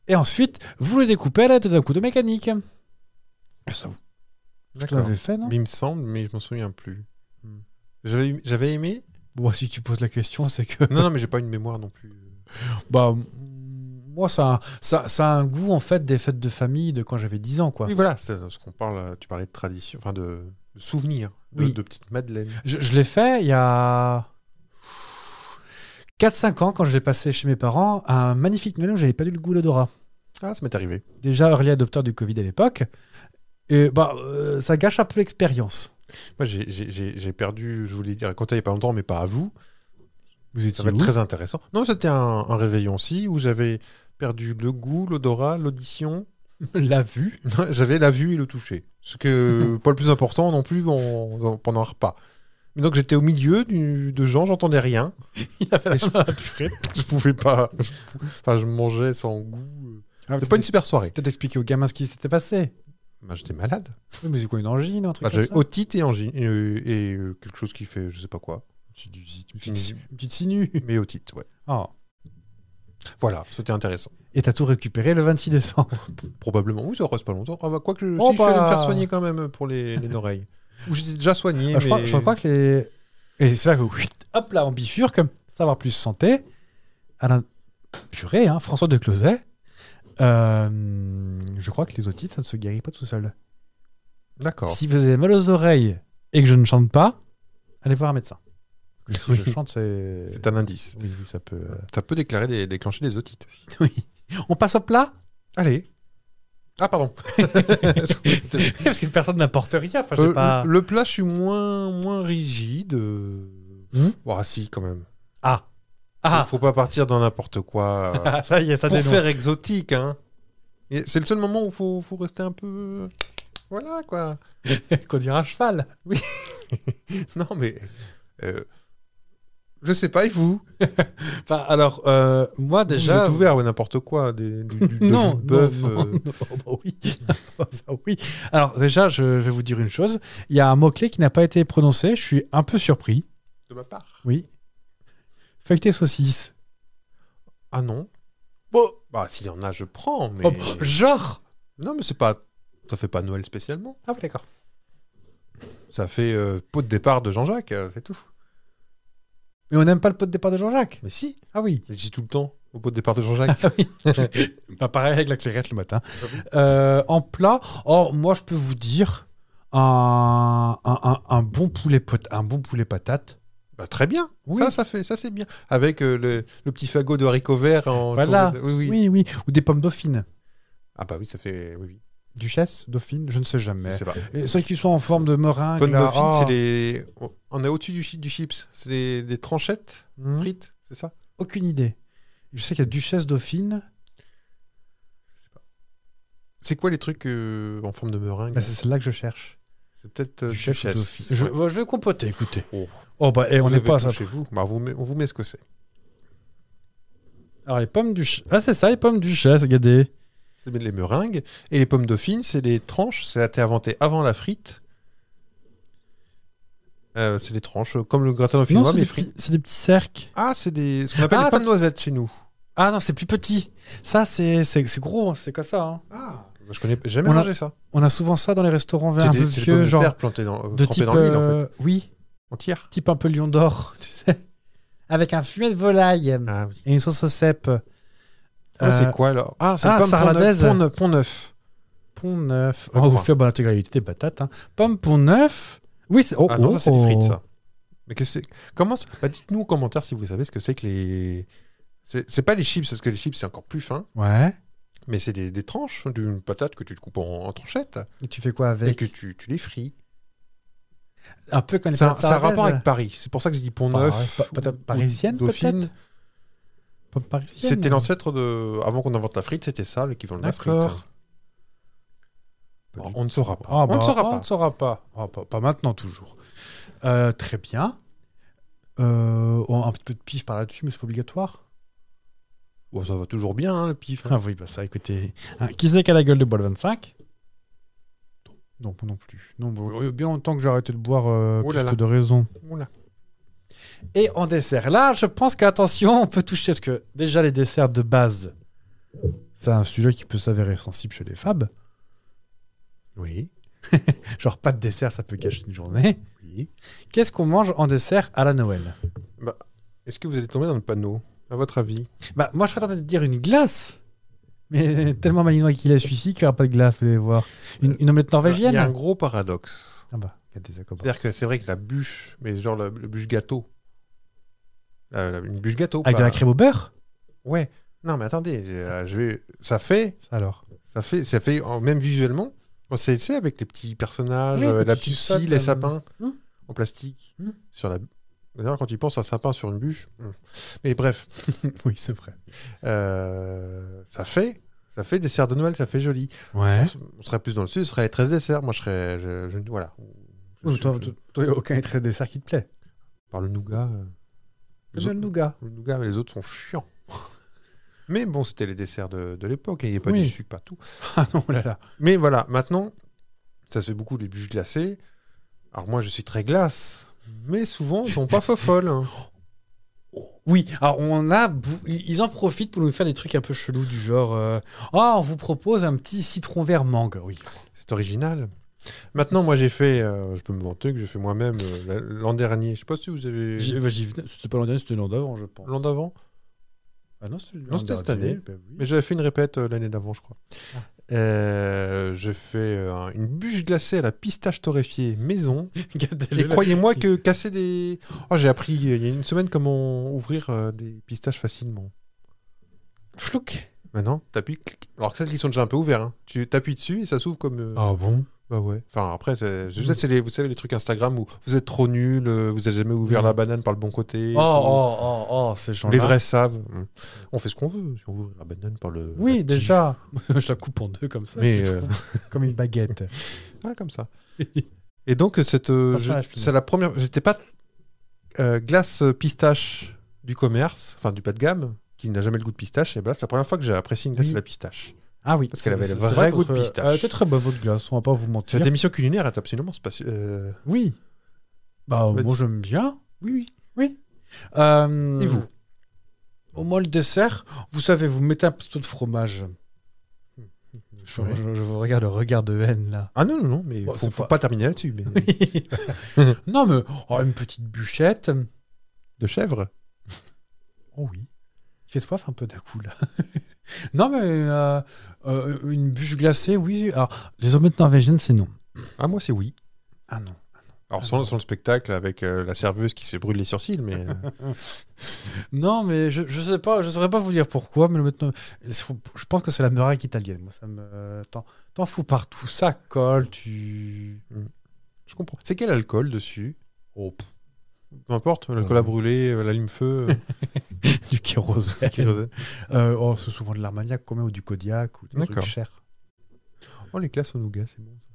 Speaker 1: Et ensuite, vous le découpez à l'aide d'un coup de mécanique. Ça, vous je
Speaker 2: D'accord.
Speaker 1: l'avais fait, non
Speaker 2: Mais il me semble, mais je m'en souviens plus.
Speaker 1: Hmm.
Speaker 2: J'avais j'avais aimé.
Speaker 1: Bon, si tu poses la question, c'est que
Speaker 2: Non, non, mais j'ai pas une mémoire non plus.
Speaker 1: bah m- moi ça, a- ça ça a un goût en fait des fêtes de famille de quand j'avais 10 ans quoi.
Speaker 2: Oui, voilà, c'est ce qu'on parle. euh, Tu parlais de tradition, enfin de, de souvenirs, de,
Speaker 1: Oui.
Speaker 2: de petites madeleines.
Speaker 1: Je, je l'ai fait il y a 4-5 ans quand je l'ai passé chez mes parents à un magnifique Noël où j'avais pas du le goût l'odorat.
Speaker 2: Ah, ça m'est arrivé.
Speaker 1: Déjà early adopteur du Covid à l'époque. Et bah, euh, ça gâche un peu l'expérience.
Speaker 2: Moi, j'ai- j'ai j'ai- j'ai perdu, je voulais dire, quand il y a pas longtemps, mais pas à vous.
Speaker 1: Vous
Speaker 2: Ça va être très intéressant. Non, c'était un, un réveillon aussi où j'avais perdu le goût, l'odorat, l'audition.
Speaker 1: la vue.
Speaker 2: Non, J'avais la vue et le toucher. Ce que pas le plus important non plus en- en- pendant un repas. Mais donc j'étais au milieu du- de gens, j'entendais rien.
Speaker 1: Il a fait la
Speaker 2: Et je-
Speaker 1: main à la purée.
Speaker 2: Je pouvais pas. je pou- Enfin, je mangeais sans goût. C'était pas une super soirée.
Speaker 1: Peut-être expliquer aux gamins ce qui s'était passé.
Speaker 2: Bah, j'étais malade.
Speaker 1: Oui, mais c'est quoi une angine, un truc
Speaker 2: Bah,
Speaker 1: comme
Speaker 2: j'avais
Speaker 1: ça
Speaker 2: otite et angine et, euh, et, euh, quelque chose qui fait je sais pas quoi.
Speaker 1: Une petite, une petite sinue.
Speaker 2: Mais otite, ouais.
Speaker 1: Oh.
Speaker 2: Voilà, c'était intéressant.
Speaker 1: Et t'as tout récupéré le 26 décembre.
Speaker 2: Probablement. Oui, ça reste pas longtemps. Ah bah, quoi que je,
Speaker 1: Oh,
Speaker 2: si, je suis allé me
Speaker 1: bah.
Speaker 2: faire soigner quand même pour les, les oreilles. Où j'étais déjà soigné.
Speaker 1: Bah, je, crois,
Speaker 2: mais-
Speaker 1: je crois que les. Et c'est là que, whitt, hop là, on bifurque, savoir plus santé. Alain Purée, hein, François de Closet. Euh, je crois que les otites, ça ne se guérit pas tout seul.
Speaker 2: D'accord.
Speaker 1: Si vous avez mal aux oreilles et que je ne chante pas, allez voir un médecin. Parce que Si je chante, c'est.
Speaker 2: C'est un indice.
Speaker 1: Oui, oui, ça peut. euh,
Speaker 2: Ça peut déclarer des, déclencher des otites aussi.
Speaker 1: oui. On passe au plat
Speaker 2: Allez. Ah, pardon.
Speaker 1: Parce que personne n'apporte rien. Enfin, j'ai
Speaker 2: Euh,
Speaker 1: pas-
Speaker 2: Le plat, je suis moins, moins rigide. euh.
Speaker 1: Hmm
Speaker 2: Ah, si, quand même.
Speaker 1: Ah Ah
Speaker 2: Faut pas partir dans n'importe quoi. euh.
Speaker 1: Ah, Ça y est, ça
Speaker 2: pour
Speaker 1: dénonce.
Speaker 2: faire exotique, hein. Et C'est le seul moment où faut, faut rester un peu. Voilà, quoi.
Speaker 1: Qu'on dira cheval.
Speaker 2: Non, mais. euh, je sais pas, et vous
Speaker 1: Enfin, alors, euh, moi
Speaker 2: Déjà.
Speaker 1: déjà.
Speaker 2: Vous êtes ouvert à n'importe quoi. Des, du, du- de
Speaker 1: non,
Speaker 2: jus de bœuf.
Speaker 1: non, non,
Speaker 2: euh.
Speaker 1: non, bah oui. Bah oui. Alors déjà, je, je vais vous dire une chose. Il y a un mot-clé qui n'a pas été prononcé. Je suis un peu surpris.
Speaker 2: De ma part.
Speaker 1: Oui. Feuilleté saucisse.
Speaker 2: Ah non. Bon. Bah, s'il y en a, je prends, mais.
Speaker 1: Oh, genre
Speaker 2: Non, mais c'est pas. Ça fait pas Noël spécialement.
Speaker 1: Ah oui, d'accord.
Speaker 2: Ça fait euh, pot de départ de Jean-Jacques, euh, c'est tout.
Speaker 1: Mais on n'aime pas le pot de départ de Jean-Jacques.
Speaker 2: Mais si,
Speaker 1: Ah oui.
Speaker 2: je dis tout le temps au pot de départ de Jean-Jacques.
Speaker 1: Pas pareil avec la clairette le matin.
Speaker 2: Ah
Speaker 1: Euh, en plat, oh, moi je peux vous dire un, un, un- un bon poulet pot, un bon poulet patate.
Speaker 2: bah, très bien.
Speaker 1: Oui.
Speaker 2: Ça, ça fait, ça c'est bien. Avec euh, le, le petit fagot de haricots verts en.
Speaker 1: Voilà.
Speaker 2: tournée de- Oui, oui.
Speaker 1: oui, oui. Ou des pommes dauphines.
Speaker 2: Ah bah oui, ça fait. Oui, oui.
Speaker 1: Duchesse, dauphine, je ne sais
Speaker 2: Je
Speaker 1: jamais.
Speaker 2: sais pas.
Speaker 1: Et celles qui sont en forme de meringue.
Speaker 2: Pommes
Speaker 1: là,
Speaker 2: dauphines,
Speaker 1: oh.
Speaker 2: Ah, c'est les. on- On est au-dessus du, chi- du chips. C'est des, des tranchettes
Speaker 1: Hmm.
Speaker 2: frites, c'est ça
Speaker 1: Aucune idée. Je sais qu'il y a Duchesse Dauphine.
Speaker 2: C'est quoi les trucs euh, en forme de meringue
Speaker 1: Bah, c'est celle-là que je cherche.
Speaker 2: C'est peut-être euh,
Speaker 1: Duchesse
Speaker 2: duchesse.
Speaker 1: Dauphine. Je,
Speaker 2: Ouais.
Speaker 1: bah, je vais compoter, écoutez.
Speaker 2: Oh.
Speaker 1: Oh, bah, et on
Speaker 2: Vous
Speaker 1: n'est
Speaker 2: avez
Speaker 1: pas à
Speaker 2: tout
Speaker 1: ça.
Speaker 2: chez vous. Bah, on vous met- on vous met ce que c'est.
Speaker 1: Alors, les pommes Duchesse. Ah, c'est ça, les pommes Duchesse, regardez.
Speaker 2: C'est les meringues. Et les pommes dauphines, c'est des tranches. Ça a été inventé avant la frite. Euh, c'est des tranches, euh, comme le gratin dauphinois,
Speaker 1: Non, c'est
Speaker 2: mais
Speaker 1: des,
Speaker 2: frites.
Speaker 1: petits, c'est des petits cercles.
Speaker 2: Ah, c'est des, ce qu'on appelle
Speaker 1: Ah,
Speaker 2: des
Speaker 1: attends.
Speaker 2: pommes noisettes chez nous.
Speaker 1: Ah, non, c'est plus petit. Ça, c'est, c'est, c'est gros, hein, c'est quoi ça hein.
Speaker 2: Ah, je connais j'ai jamais
Speaker 1: On a-
Speaker 2: mangé ça.
Speaker 1: On a souvent ça dans les restaurants verts
Speaker 2: C'est
Speaker 1: un
Speaker 2: des,
Speaker 1: peu
Speaker 2: c'est des pommes
Speaker 1: vieux,
Speaker 2: de
Speaker 1: genre.
Speaker 2: terre plantées dans, euh,
Speaker 1: de
Speaker 2: trempées
Speaker 1: type.
Speaker 2: dans l'huile, en fait.
Speaker 1: euh, Oui,
Speaker 2: Entière.
Speaker 1: type un peu lion d'or, tu sais. Avec un fumet de volaille
Speaker 2: Ah oui.
Speaker 1: et une sauce au cèpe.
Speaker 2: Ah,
Speaker 1: Euh,
Speaker 2: c'est quoi alors Ah, c'est
Speaker 1: ah,
Speaker 2: pommes pont neuf.
Speaker 1: sarladaise.
Speaker 2: Pont neuf. Pont neuf.
Speaker 1: pour neuf.
Speaker 2: Je
Speaker 1: Oh, vous
Speaker 2: crois.
Speaker 1: faites bah, l'intégralité des patates. Hein. Pomme pour neuf. Oui, c'est. Oh,
Speaker 2: Ah non,
Speaker 1: oh,
Speaker 2: ça c'est des frites,
Speaker 1: oh.
Speaker 2: ça. Mais que c'est Comment ça- bah, Dites-nous en commentaire si vous savez ce que c'est que les. C'est c'est pas les chips, parce que les chips c'est encore plus fin,
Speaker 1: Ouais.
Speaker 2: mais c'est des, des tranches d'une patate que tu te coupes en, en tranchettes
Speaker 1: Et tu fais quoi
Speaker 2: et
Speaker 1: avec
Speaker 2: que tu, tu les frites.
Speaker 1: Un peu comme les
Speaker 2: C'est un,
Speaker 1: patates
Speaker 2: c'est un
Speaker 1: sarraises,
Speaker 2: rapport
Speaker 1: là.
Speaker 2: avec Paris, c'est pour ça que j'ai dit Pont
Speaker 1: Par-
Speaker 2: Neuf.
Speaker 1: pa- pata-
Speaker 2: ou- ou
Speaker 1: parisienne,
Speaker 2: Dauphine.
Speaker 1: peut-être Pomme parisienne.
Speaker 2: C'était hein. l'ancêtre de. Avant qu'on invente la frite, c'était ça l'équivalent de la frite.
Speaker 1: D'accord.
Speaker 2: Alors, on ne saura pas.
Speaker 1: Ah,
Speaker 2: on
Speaker 1: bah,
Speaker 2: ne saura
Speaker 1: On
Speaker 2: pas.
Speaker 1: ne saura pas. Ah, pas, pas maintenant, toujours. Euh, très bien. Euh, oh, un petit peu de pif par là-dessus, mais c'est pas obligatoire.
Speaker 2: Bon, ça va toujours bien, hein, le pif.
Speaker 1: Ah oui, bah ça, écoutez. hein, qui c'est qui a la gueule de bois le 25 Non, moi non plus. Non, bah, euh, bien longtemps que j'ai arrêté de boire euh,
Speaker 2: Oh
Speaker 1: plus
Speaker 2: là là.
Speaker 1: que de raison.
Speaker 2: Oula.
Speaker 1: Et en dessert, là, je pense qu'attention, on peut toucher. Parce que déjà, les desserts de base, c'est un sujet qui peut s'avérer sensible chez les fabs.
Speaker 2: Oui,
Speaker 1: Genre, pas de dessert, ça peut gâcher une journée.
Speaker 2: oui.
Speaker 1: Qu'est-ce qu'on mange en dessert à la Noël
Speaker 2: Est-ce que vous allez tomber dans le panneau, à votre avis
Speaker 1: Bah, moi, je serais tenté de dire une glace. Mais tellement malinois qu'il est celui-ci qu'il n'y aura pas de glace, vous allez voir. Une, une omelette norvégienne
Speaker 2: Il y a un gros paradoxe.
Speaker 1: Ah bah, regardez ça, comment-
Speaker 2: C'est-à-dire que c'est vrai que la bûche, mais genre la, la bûche gâteau. La- la- une bûche gâteau.
Speaker 1: Avec
Speaker 2: pas-
Speaker 1: de la crème au beurre
Speaker 2: Ouais. Non, mais attendez, euh, je vais... ça fait,
Speaker 1: Ça alors
Speaker 2: ça fait, ça fait, en- même visuellement, on sait, c'est avec les petits personnages,
Speaker 1: Oui,
Speaker 2: euh,
Speaker 1: quand
Speaker 2: la
Speaker 1: tu
Speaker 2: petite
Speaker 1: sautes,
Speaker 2: scie, les
Speaker 1: euh,
Speaker 2: sapins
Speaker 1: hmm.
Speaker 2: en plastique
Speaker 1: Hmm.
Speaker 2: sur la. D'ailleurs, quand tu penses à un sapin sur une bûche, hmm. mais bref,
Speaker 1: Oui, c'est vrai.
Speaker 2: euh, ça fait, ça fait dessert de Noël, ça fait joli.
Speaker 1: Ouais.
Speaker 2: on, s- on serait plus dans le sud, ce serait 13 desserts. Moi, je serais, je, je- voilà. Je-
Speaker 1: Oui, mais
Speaker 2: je-
Speaker 1: toi,
Speaker 2: je-
Speaker 1: toi- toi, y a aucun très dessert qui te plaît.
Speaker 2: par le nougat. euh, les
Speaker 1: J'aime
Speaker 2: autres-
Speaker 1: le nougat.
Speaker 2: Le nougat, mais les autres sont chiants. Mais bon, c'était les desserts de, de l'époque, et il n'y avait pas
Speaker 1: Oui.
Speaker 2: du sucre, pas tout.
Speaker 1: Ah non, oh là là.
Speaker 2: Mais voilà, maintenant, ça se fait beaucoup les bûches glacées. Alors moi, je suis très glace, mais souvent, ils sont pas fofolles. hein.
Speaker 1: Oui, alors on a, bou- ils en profitent pour nous faire des trucs un peu chelous du genre, euh, ah, on vous propose un petit citron vert mangue, oui.
Speaker 2: C'est original. Maintenant, moi, j'ai fait, euh, je peux me vanter que j'ai fait moi-même euh, la- l'an dernier. Je sais pas si vous avez...
Speaker 1: J'y- bah, j'y venais- C'était pas l'an dernier, c'était l'an d'avant, je pense.
Speaker 2: L'an d'avant
Speaker 1: Ah non, c'était l'an
Speaker 2: Non, c'était cette
Speaker 1: dernier,
Speaker 2: année.
Speaker 1: bah oui.
Speaker 2: Mais j'avais fait une répète euh, l'année d'avant, je crois. Euh, j'ai fait euh, une bûche glacée à la pistache torréfiée maison.
Speaker 1: Regardez-le,
Speaker 2: Et
Speaker 1: là.
Speaker 2: croyez-moi que casser des. Oh, j'ai appris euh, il y a une semaine comment ouvrir euh, des pistaches facilement.
Speaker 1: Flouc.
Speaker 2: Maintenant, t'appuies. clic. Alors que ça, ils sont déjà un peu ouverts. hein. Tu t'appuies dessus et ça s'ouvre comme. euh,
Speaker 1: Ah Mm. bon
Speaker 2: Bah ouais. Enfin, après, c'est- je sais, c'est les... vous savez, les trucs Instagram où vous êtes trop nul, euh, vous avez jamais ouvert
Speaker 1: Mm.
Speaker 2: la banane par le bon côté.
Speaker 1: Oh, oh, oh, oh, ces gens-là.
Speaker 2: Les vrais savent. Mm. On fait ce qu'on veut. Si on veut ouvrir la banane par le. la
Speaker 1: Oui,
Speaker 2: petite-
Speaker 1: déjà. Ah, je la coupe en deux comme ça.
Speaker 2: Mais. euh,
Speaker 1: Comme une baguette.
Speaker 2: ouais, comme ça. Et donc, cette. euh,
Speaker 1: Attention à la
Speaker 2: je- C'est la première. J'étais pas. euh, glace euh, pistache du commerce, enfin du pas de gamme, qui n'a jamais le goût de pistache. Et ben là, c'est la première fois que j'ai apprécié une glace
Speaker 1: Oui.
Speaker 2: à la pistache.
Speaker 1: Ah oui.
Speaker 2: Parce qu'elle avait
Speaker 1: c'est-
Speaker 2: le
Speaker 1: c'est
Speaker 2: vrai goût de
Speaker 1: votre-
Speaker 2: pistache.
Speaker 1: euh, Elle était très bonne, votre glace, on va pas vous mentir.
Speaker 2: Cette émission culinaire est absolument euh, spatiale.
Speaker 1: Oui. Bah,
Speaker 2: Vas-y.
Speaker 1: moi, j'aime bien.
Speaker 2: Oui, oui.
Speaker 1: Euh,
Speaker 2: Et vous
Speaker 1: Au moins, le dessert, vous savez, vous mettez un peu de fromage. Je,
Speaker 2: Ouais.
Speaker 1: je- je vous regarde le regard de haine, là.
Speaker 2: Ah non, non, non, mais
Speaker 1: Bon,
Speaker 2: faut,
Speaker 1: c'est
Speaker 2: faut
Speaker 1: pas-
Speaker 2: pas... terminer là-dessus. mais-
Speaker 1: non, mais oh, une petite bûchette.
Speaker 2: De chèvre
Speaker 1: Oh oui. Il fait soif un peu d'un coup, là. non, mais euh, euh, une bûche glacée, oui. Alors, les omelettes norvégiennes, c'est non.
Speaker 2: Ah, moi, c'est oui.
Speaker 1: Ah non.
Speaker 2: Alors, sans, sans le spectacle avec euh, la serveuse qui s'est brûlé les sourcils, mais. euh,
Speaker 1: Non, mais je, je sais pas, je saurais pas vous dire pourquoi, mais le maintenant, je pense que c'est la muraille italienne. Moi, ça me. euh, T'en, t'en fous partout, ça colle, tu.
Speaker 2: je comprends. C'est quel alcool dessus
Speaker 1: Oh, pff,
Speaker 2: Peu importe, l'alcool à brûler, euh, l'allume-feu, euh,
Speaker 1: du kérosène.
Speaker 2: kérosène.
Speaker 1: Euh, oh, c'est souvent de l'armagnac, quand même, ou du Kodiak, ou des trucs
Speaker 2: D'accord.
Speaker 1: chers.
Speaker 2: Oh, les glaces au nougat, c'est bon. ça.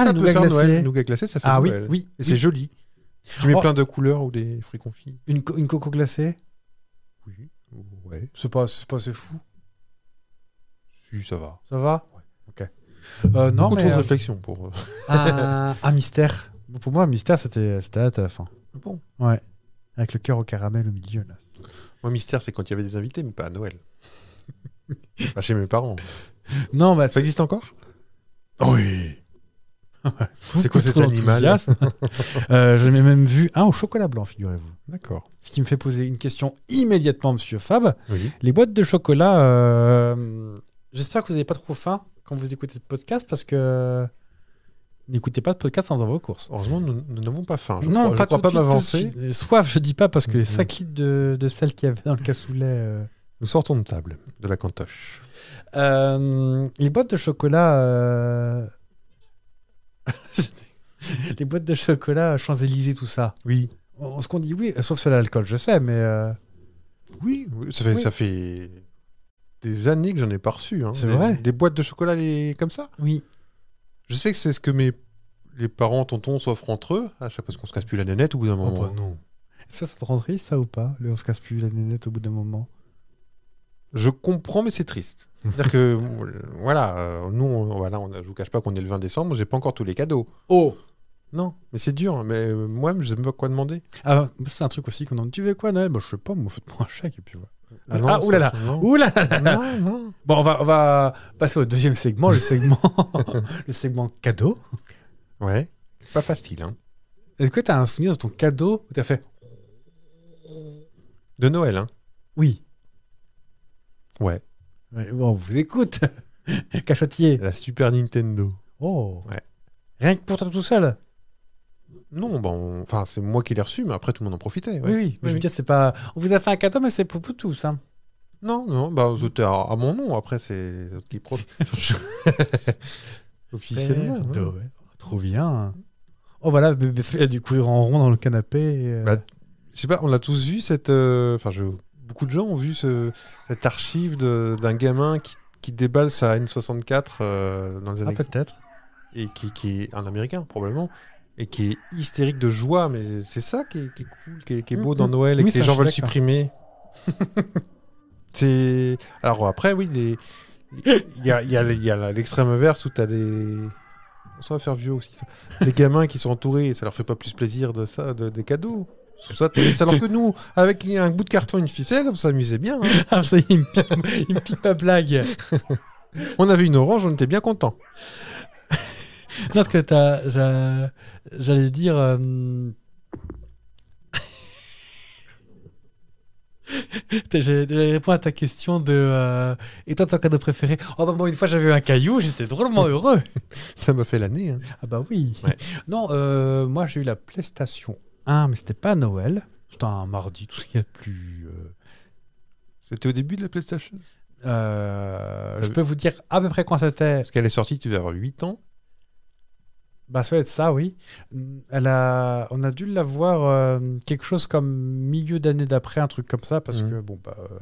Speaker 1: Ah,
Speaker 2: ça
Speaker 1: le
Speaker 2: peut
Speaker 1: nougat
Speaker 2: faire
Speaker 1: glacé.
Speaker 2: Noël. Nougat glacé, ça fait
Speaker 1: Ah oui,
Speaker 2: Noël.
Speaker 1: oui.
Speaker 2: Et c'est
Speaker 1: oui.
Speaker 2: joli. Tu mets
Speaker 1: Oh.
Speaker 2: plein de couleurs ou des fruits confits.
Speaker 1: Une, co- une coco glacée
Speaker 2: Oui. Ouais.
Speaker 1: C'est pas, c'est pas assez fou,
Speaker 2: Si, ça va.
Speaker 1: ça va Ok. Euh, non,
Speaker 2: Beaucoup trop
Speaker 1: mais.
Speaker 2: de
Speaker 1: euh,
Speaker 2: réflexion pour. euh,
Speaker 1: un, un mystère. Ah, Pour moi, un mystère, c'était c'était la teuf. hein.
Speaker 2: Bon.
Speaker 1: Ouais. Avec le cœur au caramel au milieu. Là.
Speaker 2: Moi, mystère, c'est quand il y avait des invités, mais pas à Noël. Enfin, chez mes parents.
Speaker 1: Non, bah,
Speaker 2: Ça
Speaker 1: c'est
Speaker 2: existe encore Ah
Speaker 1: Oui.
Speaker 2: C'est quoi cet animal
Speaker 1: euh, Je l'ai même vu un au chocolat blanc, figurez-vous.
Speaker 2: D'accord.
Speaker 1: Ce qui me fait poser une question immédiatement, monsieur Fab.
Speaker 2: Oui.
Speaker 1: Les boîtes de chocolat, euh, j'espère que vous n'avez pas trop faim. Quand quand vous écoutez ce podcast parce que n'écoutez pas de podcast sans avoir vos courses.
Speaker 2: Heureusement, nous nous n'avons pas faim. Je
Speaker 1: non,
Speaker 2: crois, je
Speaker 1: pas
Speaker 2: crois
Speaker 1: tout de
Speaker 2: pas
Speaker 1: suite, tout de
Speaker 2: m'avancer.
Speaker 1: suite. Euh, Soif, je dis pas parce que
Speaker 2: Mhm.
Speaker 1: ça quitte de, de celle qu'il y avait dans le cassoulet. euh.
Speaker 2: Nous sortons de table, de la cantoche.
Speaker 1: Euh, les boîtes de chocolat. euh, les boîtes de chocolat Champs-Élysées, tout ça.
Speaker 2: Oui.
Speaker 1: On, ce qu'on dit, oui, sauf ceux à l'alcool, je sais, mais. euh,
Speaker 2: Oui, oui, ça fait,
Speaker 1: Oui.
Speaker 2: ça fait des années que j'en ai pas reçu. hein.
Speaker 1: C'est
Speaker 2: Des-
Speaker 1: vrai.
Speaker 2: Des boîtes de chocolat les- comme ça.
Speaker 1: oui.
Speaker 2: Je sais que c'est ce que mes les parents, tontons s'offrent entre eux, à chaque parce qu'on se casse plus la nénette au bout d'un
Speaker 1: Oh,
Speaker 2: moment.
Speaker 1: bah non. Ça, ça te rendrait ça ou pas Le on se casse plus la nénette au bout d'un moment.
Speaker 2: Je comprends, mais c'est triste. C'est-à-dire que, voilà, euh, nous, on- voilà, on, a- je vous cache pas qu'on est le 20 décembre, j'ai pas encore tous les cadeaux.
Speaker 1: Oh
Speaker 2: Non, mais c'est dur, mais euh, moi-même, je sais même pas quoi demander.
Speaker 1: ah, C'est un truc aussi qu'on demande. Tu veux quoi, Noël bah, Je sais pas, moi, faites-moi un chèque et puis voilà. Ah,
Speaker 2: non, ça-
Speaker 1: oulala.
Speaker 2: non.
Speaker 1: Ouh là là là là.
Speaker 2: Non, non.
Speaker 1: Bon, on va, on va passer au deuxième segment, le segment, le segment cadeau.
Speaker 2: Ouais, pas facile, hein.
Speaker 1: Est-ce que tu as un souvenir de ton cadeau où tu as fait
Speaker 2: De Noël, hein.
Speaker 1: oui
Speaker 2: Ouais.
Speaker 1: Ouais, bon, on vous écoute, cachotier.
Speaker 2: La Super Nintendo.
Speaker 1: Oh
Speaker 2: Euh, Ouais.
Speaker 1: Rien que pour toi tout seul.
Speaker 2: Non, bah, on- enfin, c'est moi qui l'ai reçu, mais après, tout le monde en profitait.
Speaker 1: Oui,
Speaker 2: ouais.
Speaker 1: oui. Mais je veux dire, c'est pas. On vous a fait un cadeau, mais c'est pour vous tous. Hein.
Speaker 2: Non, non, bah, c'était à, à mon nom. Après, c'est les autres qui profitent. Officiellement. ouais.
Speaker 1: Cadeau, ouais. Oh, trop bien. Oh, voilà, bébé fait du courir en rond dans le canapé. et, euh,
Speaker 2: Bah, Je sais pas, on l'a tous vu cette. euh, Enfin, je- beaucoup de gens ont vu ce- cette archive de- d'un gamin qui, qui déballe sa N64 euh, dans les
Speaker 1: ah,
Speaker 2: années.
Speaker 1: peut-être.
Speaker 2: et qui, qui est un américain, probablement. Et qui est hystérique de joie, mais c'est ça qui est, qui est cool, qui est, qui est beau
Speaker 1: Mhm.
Speaker 2: dans Noël et
Speaker 1: Oui,
Speaker 2: que les
Speaker 1: ça,
Speaker 2: gens
Speaker 1: je suis
Speaker 2: veulent
Speaker 1: d'accord.
Speaker 2: supprimer. c'est. Alors après, oui, les- il y a, il y a- il y a la- l'extrême inverse où t'as des. Ça va faire vieux aussi, ça. Des gamins qui sont entourés et ça leur fait pas plus plaisir de ça, de- des cadeaux. Ça, t'es- alors que nous, avec un bout de carton et une ficelle, on s'amusait bien. hein.
Speaker 1: Ah, ça y est, il me pique, il me pique ma blague.
Speaker 2: On avait une orange, on était bien contents.
Speaker 1: Non, ce que t'as. j'a- J'allais dire. euh, t'as- J'allais j'allais répondre à ta question de. euh, Et toi, ton cadeau préféré Oh, bah, moi, une fois, j'avais eu un caillou, j'étais drôlement heureux.
Speaker 2: Ça m'a fait l'année. hein.
Speaker 1: Ah, bah oui.
Speaker 2: Ouais.
Speaker 1: Non, euh, moi, j'ai eu la PlayStation 1, mais c'était pas à Noël. C'était un mardi, tout ce qu'il y a de plus. euh,
Speaker 2: C'était au début de la PlayStation.
Speaker 1: euh,
Speaker 2: Ça
Speaker 1: je
Speaker 2: veut-
Speaker 1: peux vous dire à peu près quand c'était.
Speaker 2: Parce qu'elle est sortie, tu devais avoir 8 ans.
Speaker 1: Bah, ça va être ça, oui. Elle a, on a dû l'avoir euh, quelque chose comme milieu d'année d'après, un truc comme ça, parce
Speaker 2: Mhm.
Speaker 1: que bon, bah, euh,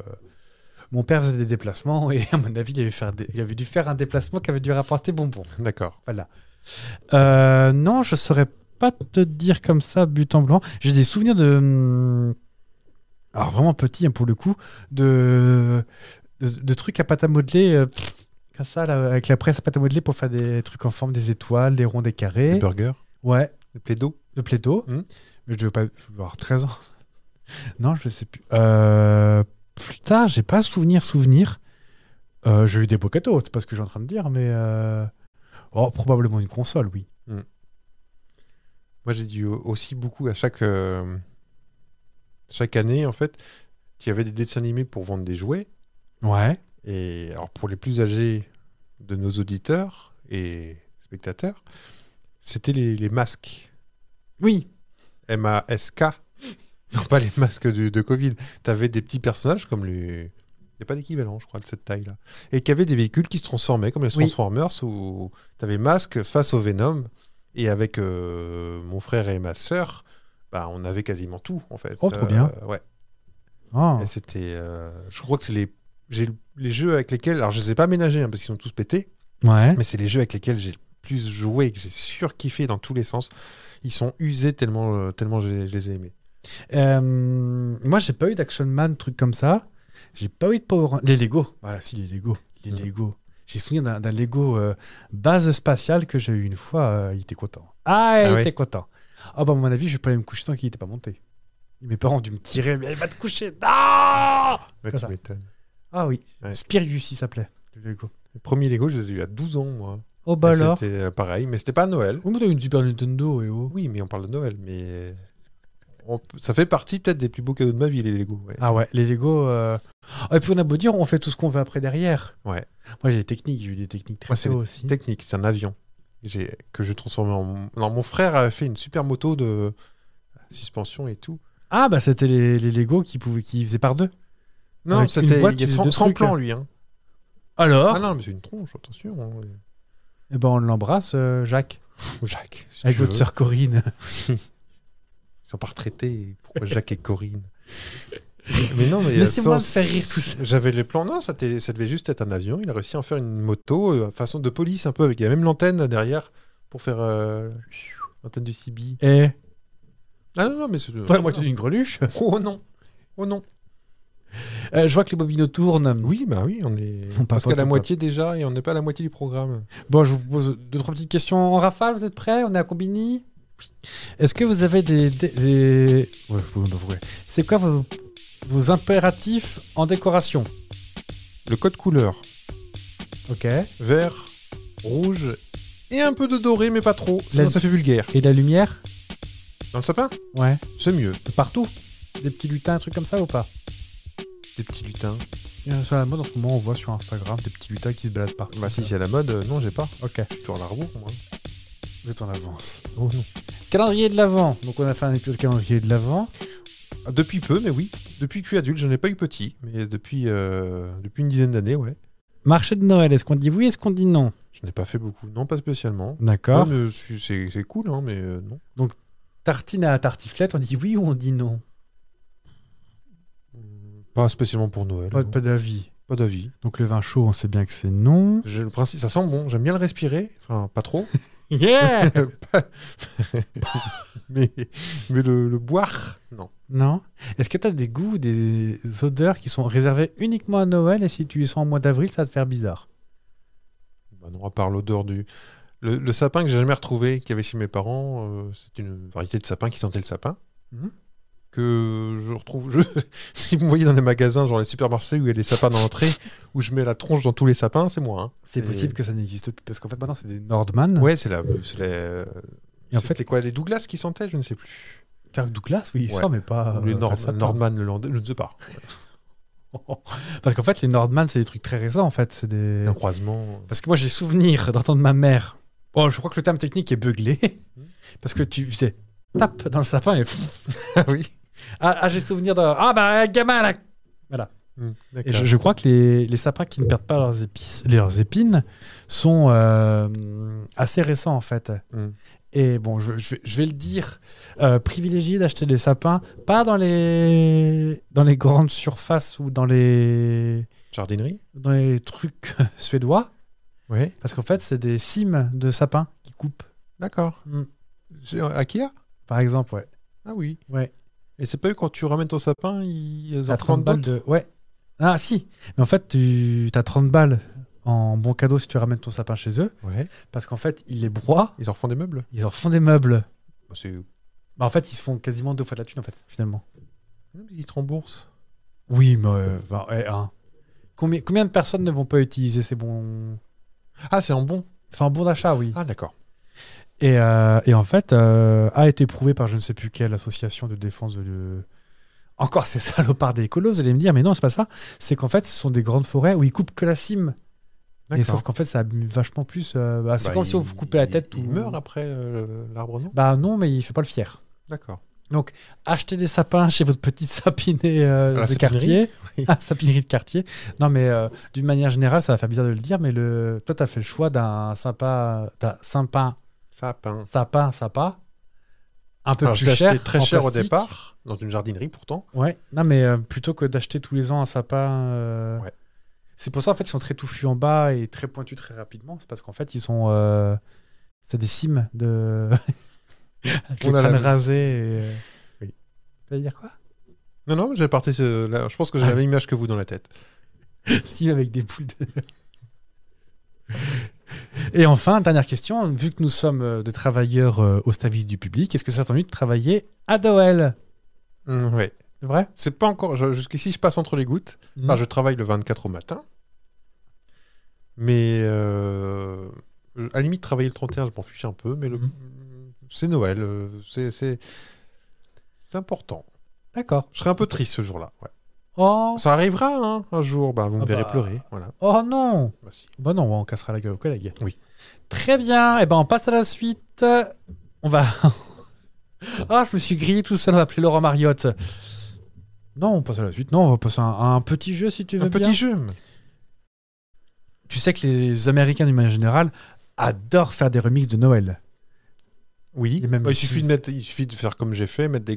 Speaker 1: mon père faisait des déplacements et à mon avis, il avait, fait un dé- il avait dû faire un déplacement qui avait dû rapporter bonbons.
Speaker 2: D'accord.
Speaker 1: Euh, non, je saurais pas te dire comme ça, but en blanc. J'ai des souvenirs de. hum, Alors, vraiment petit, hein, pour le coup, de, de, de trucs à pâte à modeler, euh, pff, comme ça, là, avec la presse à pâte à modeler pour faire des trucs en forme des étoiles, des ronds, des
Speaker 2: Des
Speaker 1: carrés.
Speaker 2: burgers,
Speaker 1: Ouais.
Speaker 2: des plaidos.
Speaker 1: Le plaido.
Speaker 2: Mhm.
Speaker 1: Mais je devais pas je devais avoir 13 ans. non, je sais plus. Euh, plus tard, j'ai pas souvenir, souvenir. Euh, j'ai eu des beaux cadeaux, c'est pas ce que j'ai en train de dire, mais. euh, Oh, probablement une console, oui.
Speaker 2: Moi, j'ai dû au- aussi beaucoup à chaque, euh, chaque année, en fait, il y avait des dessins animés pour vendre des jouets.
Speaker 1: Ouais.
Speaker 2: Et alors, pour les plus âgés de nos auditeurs et spectateurs, c'était les, les masques.
Speaker 1: Oui.
Speaker 2: M-A-S-K. Non, pas les masques du- de Covid. T'avais des petits personnages comme les. Il n'y a pas d'équivalent, je crois, de cette taille-là. Et qui avaient des véhicules qui se transformaient, comme les
Speaker 1: Oui.
Speaker 2: Transformers, où t'avais masque face au Venom. Et avec euh, mon frère et ma sœur, bah, on avait quasiment tout, en fait. Euh,
Speaker 1: Oh, trop bien.
Speaker 2: Ouais.
Speaker 1: Ah.
Speaker 2: Et c'était. euh, je crois que c'est les. J'ai le- les jeux avec lesquels. Alors, je ne les ai pas ménagés, hein, parce qu'ils sont tous pétés.
Speaker 1: Ouais.
Speaker 2: Mais c'est les jeux avec lesquels j'ai le plus joué, que j'ai surkiffé dans tous les sens. Ils sont usés tellement, euh, tellement je, je les ai aimés.
Speaker 1: Euh, moi, j'ai pas eu d'Action Man, truc comme ça. J'ai pas eu de Power Rangers. Les Lego. Voilà, si, les Lego. Les
Speaker 2: Mhm.
Speaker 1: Lego. J'ai souvenir d'un- d'un Lego euh, base spatiale que j'ai eu une fois. euh, il était content. Ah, il
Speaker 2: Ah ouais.
Speaker 1: était content. Ah, bah, à mon avis, je peux aller me coucher tant qu'il n'était pas monté. Mes parents ont dû me tirer. Mais va te coucher. Non C'est
Speaker 2: Ouais, tu
Speaker 1: ça.
Speaker 2: m'étonnes.
Speaker 1: ah oui.
Speaker 2: Ouais.
Speaker 1: Spirius, il s'appelait. Le Lego.
Speaker 2: Les premiers Lego, je les ai eu à 12 ans, moi.
Speaker 1: Oh, bah
Speaker 2: Et
Speaker 1: alors.
Speaker 2: C'était euh, pareil, mais c'était pas à Noël.
Speaker 1: On a une Super Nintendo et eh oh.
Speaker 2: Oui, mais on parle de Noël, mais on- ça fait partie peut-être des plus beaux cadeaux de ma vie, les Lego. ouais.
Speaker 1: Ah ouais, les Lego. euh, ah, et puis on a beau dire, on fait tout ce qu'on veut après derrière.
Speaker 2: Ouais.
Speaker 1: Moi j'ai des techniques, j'ai eu des techniques très
Speaker 2: Moi, c'est
Speaker 1: tôt
Speaker 2: les
Speaker 1: aussi.
Speaker 2: Technique, c'est un avion J'ai- que je transformais en. Non, mon frère avait fait une super moto de suspension et tout.
Speaker 1: Ah bah c'était les, les Lego qui pouvaient, qui faisaient par deux.
Speaker 2: Non,
Speaker 1: Avec une
Speaker 2: c'était
Speaker 1: boîte,
Speaker 2: il y a
Speaker 1: tu fais
Speaker 2: 100,
Speaker 1: deux
Speaker 2: 100
Speaker 1: trucs,
Speaker 2: plans, lui. Hein.
Speaker 1: Alors,
Speaker 2: Ah non, mais c'est une tronche, attention. hein.
Speaker 1: eh ben on l'embrasse, euh, Jacques,
Speaker 2: Ou Jacques. si
Speaker 1: avec
Speaker 2: tu
Speaker 1: votre
Speaker 2: veux.
Speaker 1: sœur Corinne.
Speaker 2: Ils sont pas retraités. Pourquoi Jacques et Corinne Mais non, mais.
Speaker 1: Laissez-moi
Speaker 2: euh,
Speaker 1: me faire rire tout ça.
Speaker 2: J'avais les plans. Non, ça, t'est- ça devait juste être un avion. Il a réussi à en faire une moto, euh, façon de police un peu. Avec... Il y a même l'antenne derrière pour faire. euh, L'antenne du CB.
Speaker 1: Et
Speaker 2: Ah non, non, mais c'est.
Speaker 1: Euh, pas la moitié d'une greluche.
Speaker 2: Oh non Oh non
Speaker 1: Euh, je vois que les bobines tournent.
Speaker 2: Oui, bah oui, on est
Speaker 1: On
Speaker 2: parce
Speaker 1: papote,
Speaker 2: qu'à la
Speaker 1: on
Speaker 2: moitié déjà et on n'est pas à la moitié du programme.
Speaker 1: Bon, je vous pose deux, trois petites questions en rafale. Vous êtes prêts On est à Combini Est-ce que vous avez des. des- des- Ouais, je peux même pas vous- C'est quoi vos, vos impératifs en décoration
Speaker 2: Le code couleur
Speaker 1: Ok.
Speaker 2: vert, rouge et un peu de doré, mais pas trop. Sinon,
Speaker 1: La-
Speaker 2: ça fait vulgaire.
Speaker 1: Et la lumière
Speaker 2: Dans le sapin,
Speaker 1: Ouais.
Speaker 2: c'est mieux.
Speaker 1: De Partout Des petits lutins, un truc comme ça ou pas
Speaker 2: Des petits lutins.
Speaker 1: Il y en a sur la mode en ce moment, on voit sur Instagram des petits lutins qui se baladent partout.
Speaker 2: Bah si c'est à la mode, euh, non, j'ai pas.
Speaker 1: Ok,
Speaker 2: Je suis toujours à la rebours, moi.
Speaker 1: vous êtes en avance.
Speaker 2: Oh non.
Speaker 1: Calendrier de l'Avent. Donc on a fait un épisode calendrier de l'Avent.
Speaker 2: Ah, Depuis peu, mais oui. Depuis que je suis adulte, je n'ai pas eu petit, mais depuis euh, depuis une dizaine d'années, ouais.
Speaker 1: Marché de Noël, est-ce qu'on dit oui, est-ce qu'on dit non
Speaker 2: Je n'ai pas fait beaucoup, non, pas spécialement.
Speaker 1: D'accord.
Speaker 2: Ouais, mais je suis- c'est c'est cool, hein, mais euh, non.
Speaker 1: Tartine à la tartiflette, on dit oui ou on dit non
Speaker 2: Pas spécialement pour Noël.
Speaker 1: Pas,
Speaker 2: non.
Speaker 1: pas d'avis.
Speaker 2: pas d'avis.
Speaker 1: Donc le vin chaud, on sait bien que c'est non.
Speaker 2: Je- le principe, ça sent bon. J'aime bien le respirer. Enfin, pas trop.
Speaker 1: Yeah
Speaker 2: mais mais le, le boire, non.
Speaker 1: Non Est-ce que t'as des goûts, ou des odeurs qui sont réservées uniquement à Noël et si tu y sens en mois d'avril, ça va te faire bizarre
Speaker 2: Bah non, à part l'odeur du. Le, le sapin que j'ai jamais retrouvé, qu'il y avait chez mes parents, euh, c'est une variété de sapin qui sentait le sapin.
Speaker 1: Mhm.
Speaker 2: Que je retrouve. Je... si vous me voyez dans les magasins, genre les supermarchés où il y a des sapins dans l'entrée, où je mets la tronche dans tous les sapins, c'est moi. hein.
Speaker 1: C'est
Speaker 2: Et-
Speaker 1: possible que ça n'existe plus parce qu'en fait maintenant c'est des Nordman.
Speaker 2: Ouais, c'est la. c'est la-
Speaker 1: Ah. et en
Speaker 2: c'est-
Speaker 1: fait,
Speaker 2: c'est quoi Les Douglas qui sentaient Je ne sais plus.
Speaker 1: Kirk Douglas, oui, il
Speaker 2: Ouais.
Speaker 1: sort, mais pas.
Speaker 2: Ou les
Speaker 1: euh,
Speaker 2: Nord-
Speaker 1: pas de sapin.
Speaker 2: Nordman, le Landais, je ne sais pas.
Speaker 1: Parce qu'en fait, les Nordman, c'est des trucs très récents, en fait. C'est des...
Speaker 2: C'est un croisement.
Speaker 1: Parce que moi, j'ai souvenir d'entendre ma mère. Bon, je crois que le terme technique est beuglé. Parce que tu faisais tape dans le sapin et. pfff.
Speaker 2: ah oui.
Speaker 1: Ah, ah, j'ai souvenir de. Ah, bah, gamin, là
Speaker 2: Mm,
Speaker 1: Et
Speaker 2: D'accord.
Speaker 1: je, je crois que les, les sapins qui ne perdent pas leurs, épices, leurs épines sont euh, assez récents en fait.
Speaker 2: Mm.
Speaker 1: Et bon, je, je vais- je vais le dire, euh, privilégié d'acheter des sapins, pas dans les, dans les grandes surfaces ou dans les,
Speaker 2: Jardinerie
Speaker 1: dans les trucs suédois,
Speaker 2: Oui.
Speaker 1: parce qu'en fait, c'est des cimes de sapins qui coupent,
Speaker 2: D'accord.
Speaker 1: Mm.
Speaker 2: Chez Akea
Speaker 1: par exemple, ouais.
Speaker 2: Ah oui.
Speaker 1: Ouais.
Speaker 2: Et c'est pas eux, quand tu ramènes ton sapin, ils en
Speaker 1: T'as 30
Speaker 2: prennent
Speaker 1: balles
Speaker 2: balles
Speaker 1: de. Ouais. Ah, si Mais en fait, tu as 30 balles en bon cadeau si tu ramènes ton sapin chez eux,
Speaker 2: Ouais.
Speaker 1: parce qu'en fait, ils les broient,
Speaker 2: Ils en refont des meubles
Speaker 1: ils en font des meubles.
Speaker 2: Bah, c'est-
Speaker 1: Bah, en fait, ils se font quasiment deux fois de la thune, en fait, finalement.
Speaker 2: Non, mais Ils te remboursent.
Speaker 1: Oui, mais. euh, bah, ouais, hein. combien, combien de personnes ne vont pas utiliser ces bons.
Speaker 2: Ah, c'est en bon
Speaker 1: C'est un bon d'achat, oui.
Speaker 2: Ah, d'accord.
Speaker 1: Et, euh, et en fait, euh, a été prouvé par je ne sais plus quelle association de défense de. de- Encore ces salopards des écolos, vous allez me dire, mais non, c'est pas ça. C'est qu'en fait, ce sont des grandes forêts où ils coupent que la cime. Et
Speaker 2: D'accord.
Speaker 1: sauf qu'en fait, ça abîme vachement plus. euh, bah, c'est
Speaker 2: Bah,
Speaker 1: comme si on
Speaker 2: il-
Speaker 1: vous coupait la
Speaker 2: il-
Speaker 1: tête.
Speaker 2: Il,
Speaker 1: ou-
Speaker 2: meurt après euh, l'arbre, non
Speaker 1: Bah non, mais il fait pas le fier.
Speaker 2: D'accord.
Speaker 1: acheter des sapins chez votre petite sapinée euh,
Speaker 2: À Ah, la
Speaker 1: de
Speaker 2: sapinerie,
Speaker 1: quartier.
Speaker 2: oui.
Speaker 1: Ah, sapinerie de quartier. Non, mais euh, d'une manière générale, ça va faire bizarre de le dire, mais le... toi, tu as fait le choix d'un sympa, d'un sympa,
Speaker 2: Sapin.
Speaker 1: sapin, sympa, un peu
Speaker 2: Alors, Ah, je
Speaker 1: plus
Speaker 2: l'ai
Speaker 1: cher.
Speaker 2: acheté très
Speaker 1: en
Speaker 2: cher au
Speaker 1: plastique.
Speaker 2: départ, dans une jardinerie pourtant.
Speaker 1: Ouais, non, mais euh, plutôt que d'acheter tous les ans un sapin. euh,
Speaker 2: Ouais.
Speaker 1: C'est pour ça, en fait, ils sont très touffus en bas et très pointus très rapidement. C'est parce qu'en fait, ils sont. euh, C'est des cimes de. Avec
Speaker 2: On
Speaker 1: le
Speaker 2: a la-
Speaker 1: crâne rasé. Et... euh,
Speaker 2: Oui.
Speaker 1: T'allais dire quoi
Speaker 2: Non, non, j'ai parti. ce- là, je pense que j'ai
Speaker 1: Ah.
Speaker 2: la même image que vous dans la tête.
Speaker 1: Si, avec des boules de... Et enfin, dernière question, vu que nous sommes euh, des travailleurs euh, au service du public, est-ce que ça t'ennuie de travailler à Noël
Speaker 2: Mm, ouais.
Speaker 1: C'est vrai
Speaker 2: C'est pas encore. je- Jusqu'ici, je passe entre les gouttes. Enfin, je travaille le 24 au matin. Mais euh, à la limite, travailler le 31, je m'en fiche un peu. Mais le-
Speaker 1: Mhm.
Speaker 2: c'est Noël. euh, c'est- C'est C'est important.
Speaker 1: D'accord.
Speaker 2: Je serai un peu triste ce jour-là. ouais.
Speaker 1: Oh,
Speaker 2: Ça arrivera hein, un jour. Bah, vous me
Speaker 1: Ah
Speaker 2: verrez
Speaker 1: bah.
Speaker 2: pleurer. Voilà.
Speaker 1: oh non
Speaker 2: Bah, si.
Speaker 1: Bon non, on cassera la gueule aux collègues.
Speaker 2: Oui.
Speaker 1: Très bien, et ben on passe à la suite. On va... ah, je me suis grillé tout seul, on va appeler Laurent Mariotte. Non, on passe à la suite. Non, on va passer à un, à un petit jeu si tu veux
Speaker 2: Un
Speaker 1: bien.
Speaker 2: petit jeu.
Speaker 1: Tu sais que les Américains, d'une manière générale, adorent faire des remixes de Noël.
Speaker 2: Oui.
Speaker 1: Et même
Speaker 2: Bah, il,
Speaker 1: si-
Speaker 2: suffit de mettre, il suffit de faire comme j'ai fait, mettre des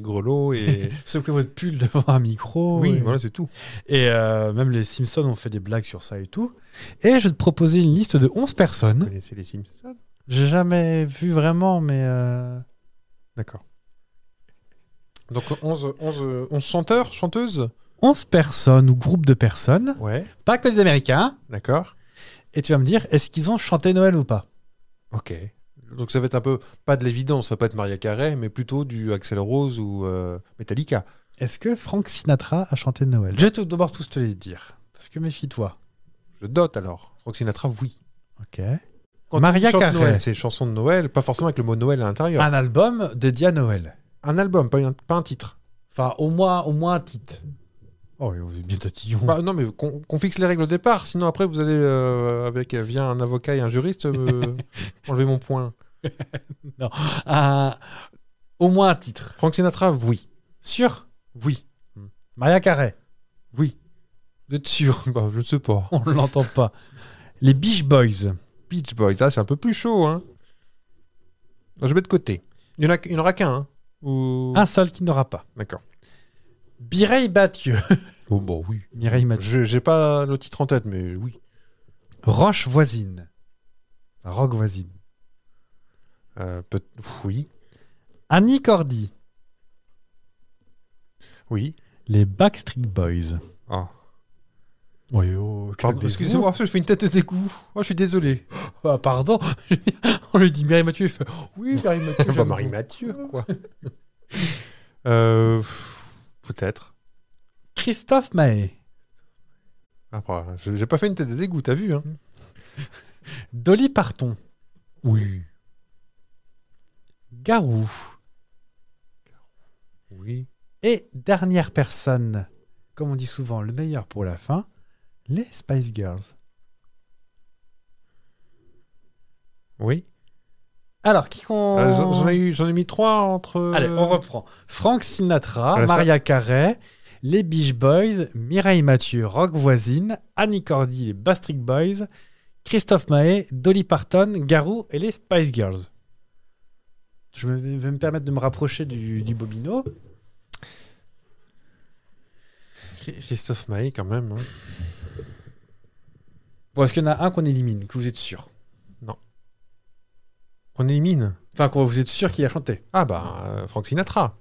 Speaker 2: grelots et.
Speaker 1: Secouer votre pull devant un micro.
Speaker 2: oui,
Speaker 1: et-
Speaker 2: voilà, c'est tout.
Speaker 1: Et euh, même les Simpsons ont fait des blagues sur ça et tout. Et je vais te proposais une liste de 11
Speaker 2: Vous
Speaker 1: personnes.
Speaker 2: connaissez les Simpsons
Speaker 1: J'ai jamais vu vraiment, mais. euh,
Speaker 2: D'accord. Donc 11, 11, 11 chanteurs, chanteuses
Speaker 1: 11 personnes ou groupes de personnes,
Speaker 2: Ouais.
Speaker 1: pas que des Américains.
Speaker 2: D'accord.
Speaker 1: Et tu vas me dire, est-ce qu'ils ont chanté Noël ou pas
Speaker 2: Ok. Donc ça va être un peu, pas de l'évidence, ça va pas être Maria Carey, mais plutôt du Axel Rose ou euh, Metallica.
Speaker 1: Est-ce que Frank Sinatra a chanté Noël Je vais tout- d'abord tous te les dire. Parce que méfie-toi.
Speaker 2: Je dote alors. Frank Sinatra, oui.
Speaker 1: Ok.
Speaker 2: Quand
Speaker 1: Maria Ah.
Speaker 2: on chante
Speaker 1: Carey.
Speaker 2: Noël, c'est une chanson de Noël, pas forcément avec le mot Noël à l'intérieur.
Speaker 1: Un album dédié à Noël.
Speaker 2: Un album, pas, une- pas un titre.
Speaker 1: Enfin, au moins, au moins un titre. Oh, vous êtes bien tatillon.
Speaker 2: Bah, non, mais qu'on qu'on fixe les règles au départ, sinon après vous allez, euh, avec euh, via un avocat et un juriste, me enlever mon point.
Speaker 1: Un- au moins un titre.
Speaker 2: Frank Sinatra, oui.
Speaker 1: Sûr
Speaker 2: Oui.
Speaker 1: Maria Carey.
Speaker 2: Oui.
Speaker 1: Vous êtes sûr
Speaker 2: Bah, je ne sais pas.
Speaker 1: On l'entend pas. Les Beach Boys.
Speaker 2: Beach Boys, ça c'est un peu plus chaud. Hein. Je mets de côté. Il n'y en, a- il y en aura qu'un. hein. Ou...
Speaker 1: Un seul qui n'aura pas.
Speaker 2: D'accord.
Speaker 1: Mireille Mathieu.
Speaker 2: Oh, bon, oui.
Speaker 1: Mireille Mathieu.
Speaker 2: Je J'ai pas le titre en tête, mais oui.
Speaker 1: Roche voisine. Rock voisine.
Speaker 2: Euh, peut- Pff, oui.
Speaker 1: Annie Cordy.
Speaker 2: Oui.
Speaker 1: Les Backstreet Boys.
Speaker 2: Ah.
Speaker 1: Oui, oh,
Speaker 2: Pardon, excusez-moi, je fais une tête de dégoût. Oh, je suis désolé.
Speaker 1: Ah, pardon. On lui dit Mireille Mathieu. il fait, oui, Mireille Mathieu.
Speaker 2: Bah,
Speaker 1: j'aime
Speaker 2: Marie
Speaker 1: beaucoup.
Speaker 2: Mathieu, quoi. Euh, pff, Peut-être.
Speaker 1: Christophe Mahé.
Speaker 2: Après, Ah, bah, je- j'ai pas fait une tête de dégoût, t'as vu hein
Speaker 1: Dolly Parton.
Speaker 2: Oui.
Speaker 1: Garou.
Speaker 2: Oui.
Speaker 1: Et dernière personne, comme on dit souvent, le meilleur pour la fin, les Spice Girls.
Speaker 2: Oui.
Speaker 1: Alors, qui qu'on...
Speaker 2: Euh, j'en- J'en ai, eu- j'en ai mis trois entre.
Speaker 1: Allez, on reprend. Frank Sinatra,
Speaker 2: Euh. Voilà, ça-
Speaker 1: Maria Carey, les Beach Boys, Mireille Mathieu, Rock Voisine, Annie Cordy, les Bastric Boys, Christophe Mahé, Dolly Parton, Garou et les Spice Girls. Je me- vais me permettre de me rapprocher du, du Bobino.
Speaker 2: Christophe Maé, quand même. hein.
Speaker 1: Bon, est-ce qu'il y en a un qu'on élimine, que vous êtes sûr
Speaker 2: On élimine.
Speaker 1: Enfin, que vous êtes sûr qu'il a chanté.
Speaker 2: Ah bah, euh, Frank Sinatra.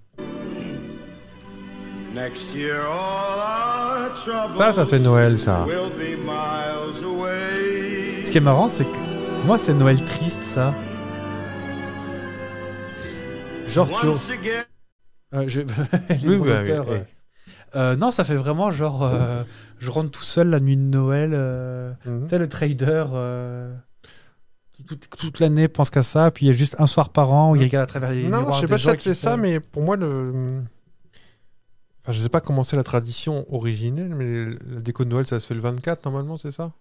Speaker 4: Next year, all our troubles
Speaker 2: Ça, ça fait Noël, ça.
Speaker 4: will be miles away.
Speaker 1: Ce qui est marrant, c'est que pour moi, c'est Noël triste, ça. Genre, tu...
Speaker 4: Once again,
Speaker 1: Euh, je...
Speaker 2: Oui,
Speaker 1: Mon
Speaker 2: bah,
Speaker 1: auteur,
Speaker 2: oui,
Speaker 1: euh, euh, non, ça fait vraiment genre euh, je rentre tout seul la nuit de Noël. euh,
Speaker 2: oui. Mhm.
Speaker 1: tu sais, le trader euh, qui toute, toute l'année pense qu'à ça, puis il y a juste un soir par an où il regarde à travers les
Speaker 2: Non,
Speaker 1: miroirs
Speaker 2: je sais
Speaker 1: des
Speaker 2: pas si ça
Speaker 1: gens
Speaker 2: te
Speaker 1: qui
Speaker 2: fait ça,
Speaker 1: font-
Speaker 2: mais pour moi, le. Enfin, je sais pas comment c'est la tradition originelle, mais la déco de Noël, ça se fait le 24 normalement, c'est ça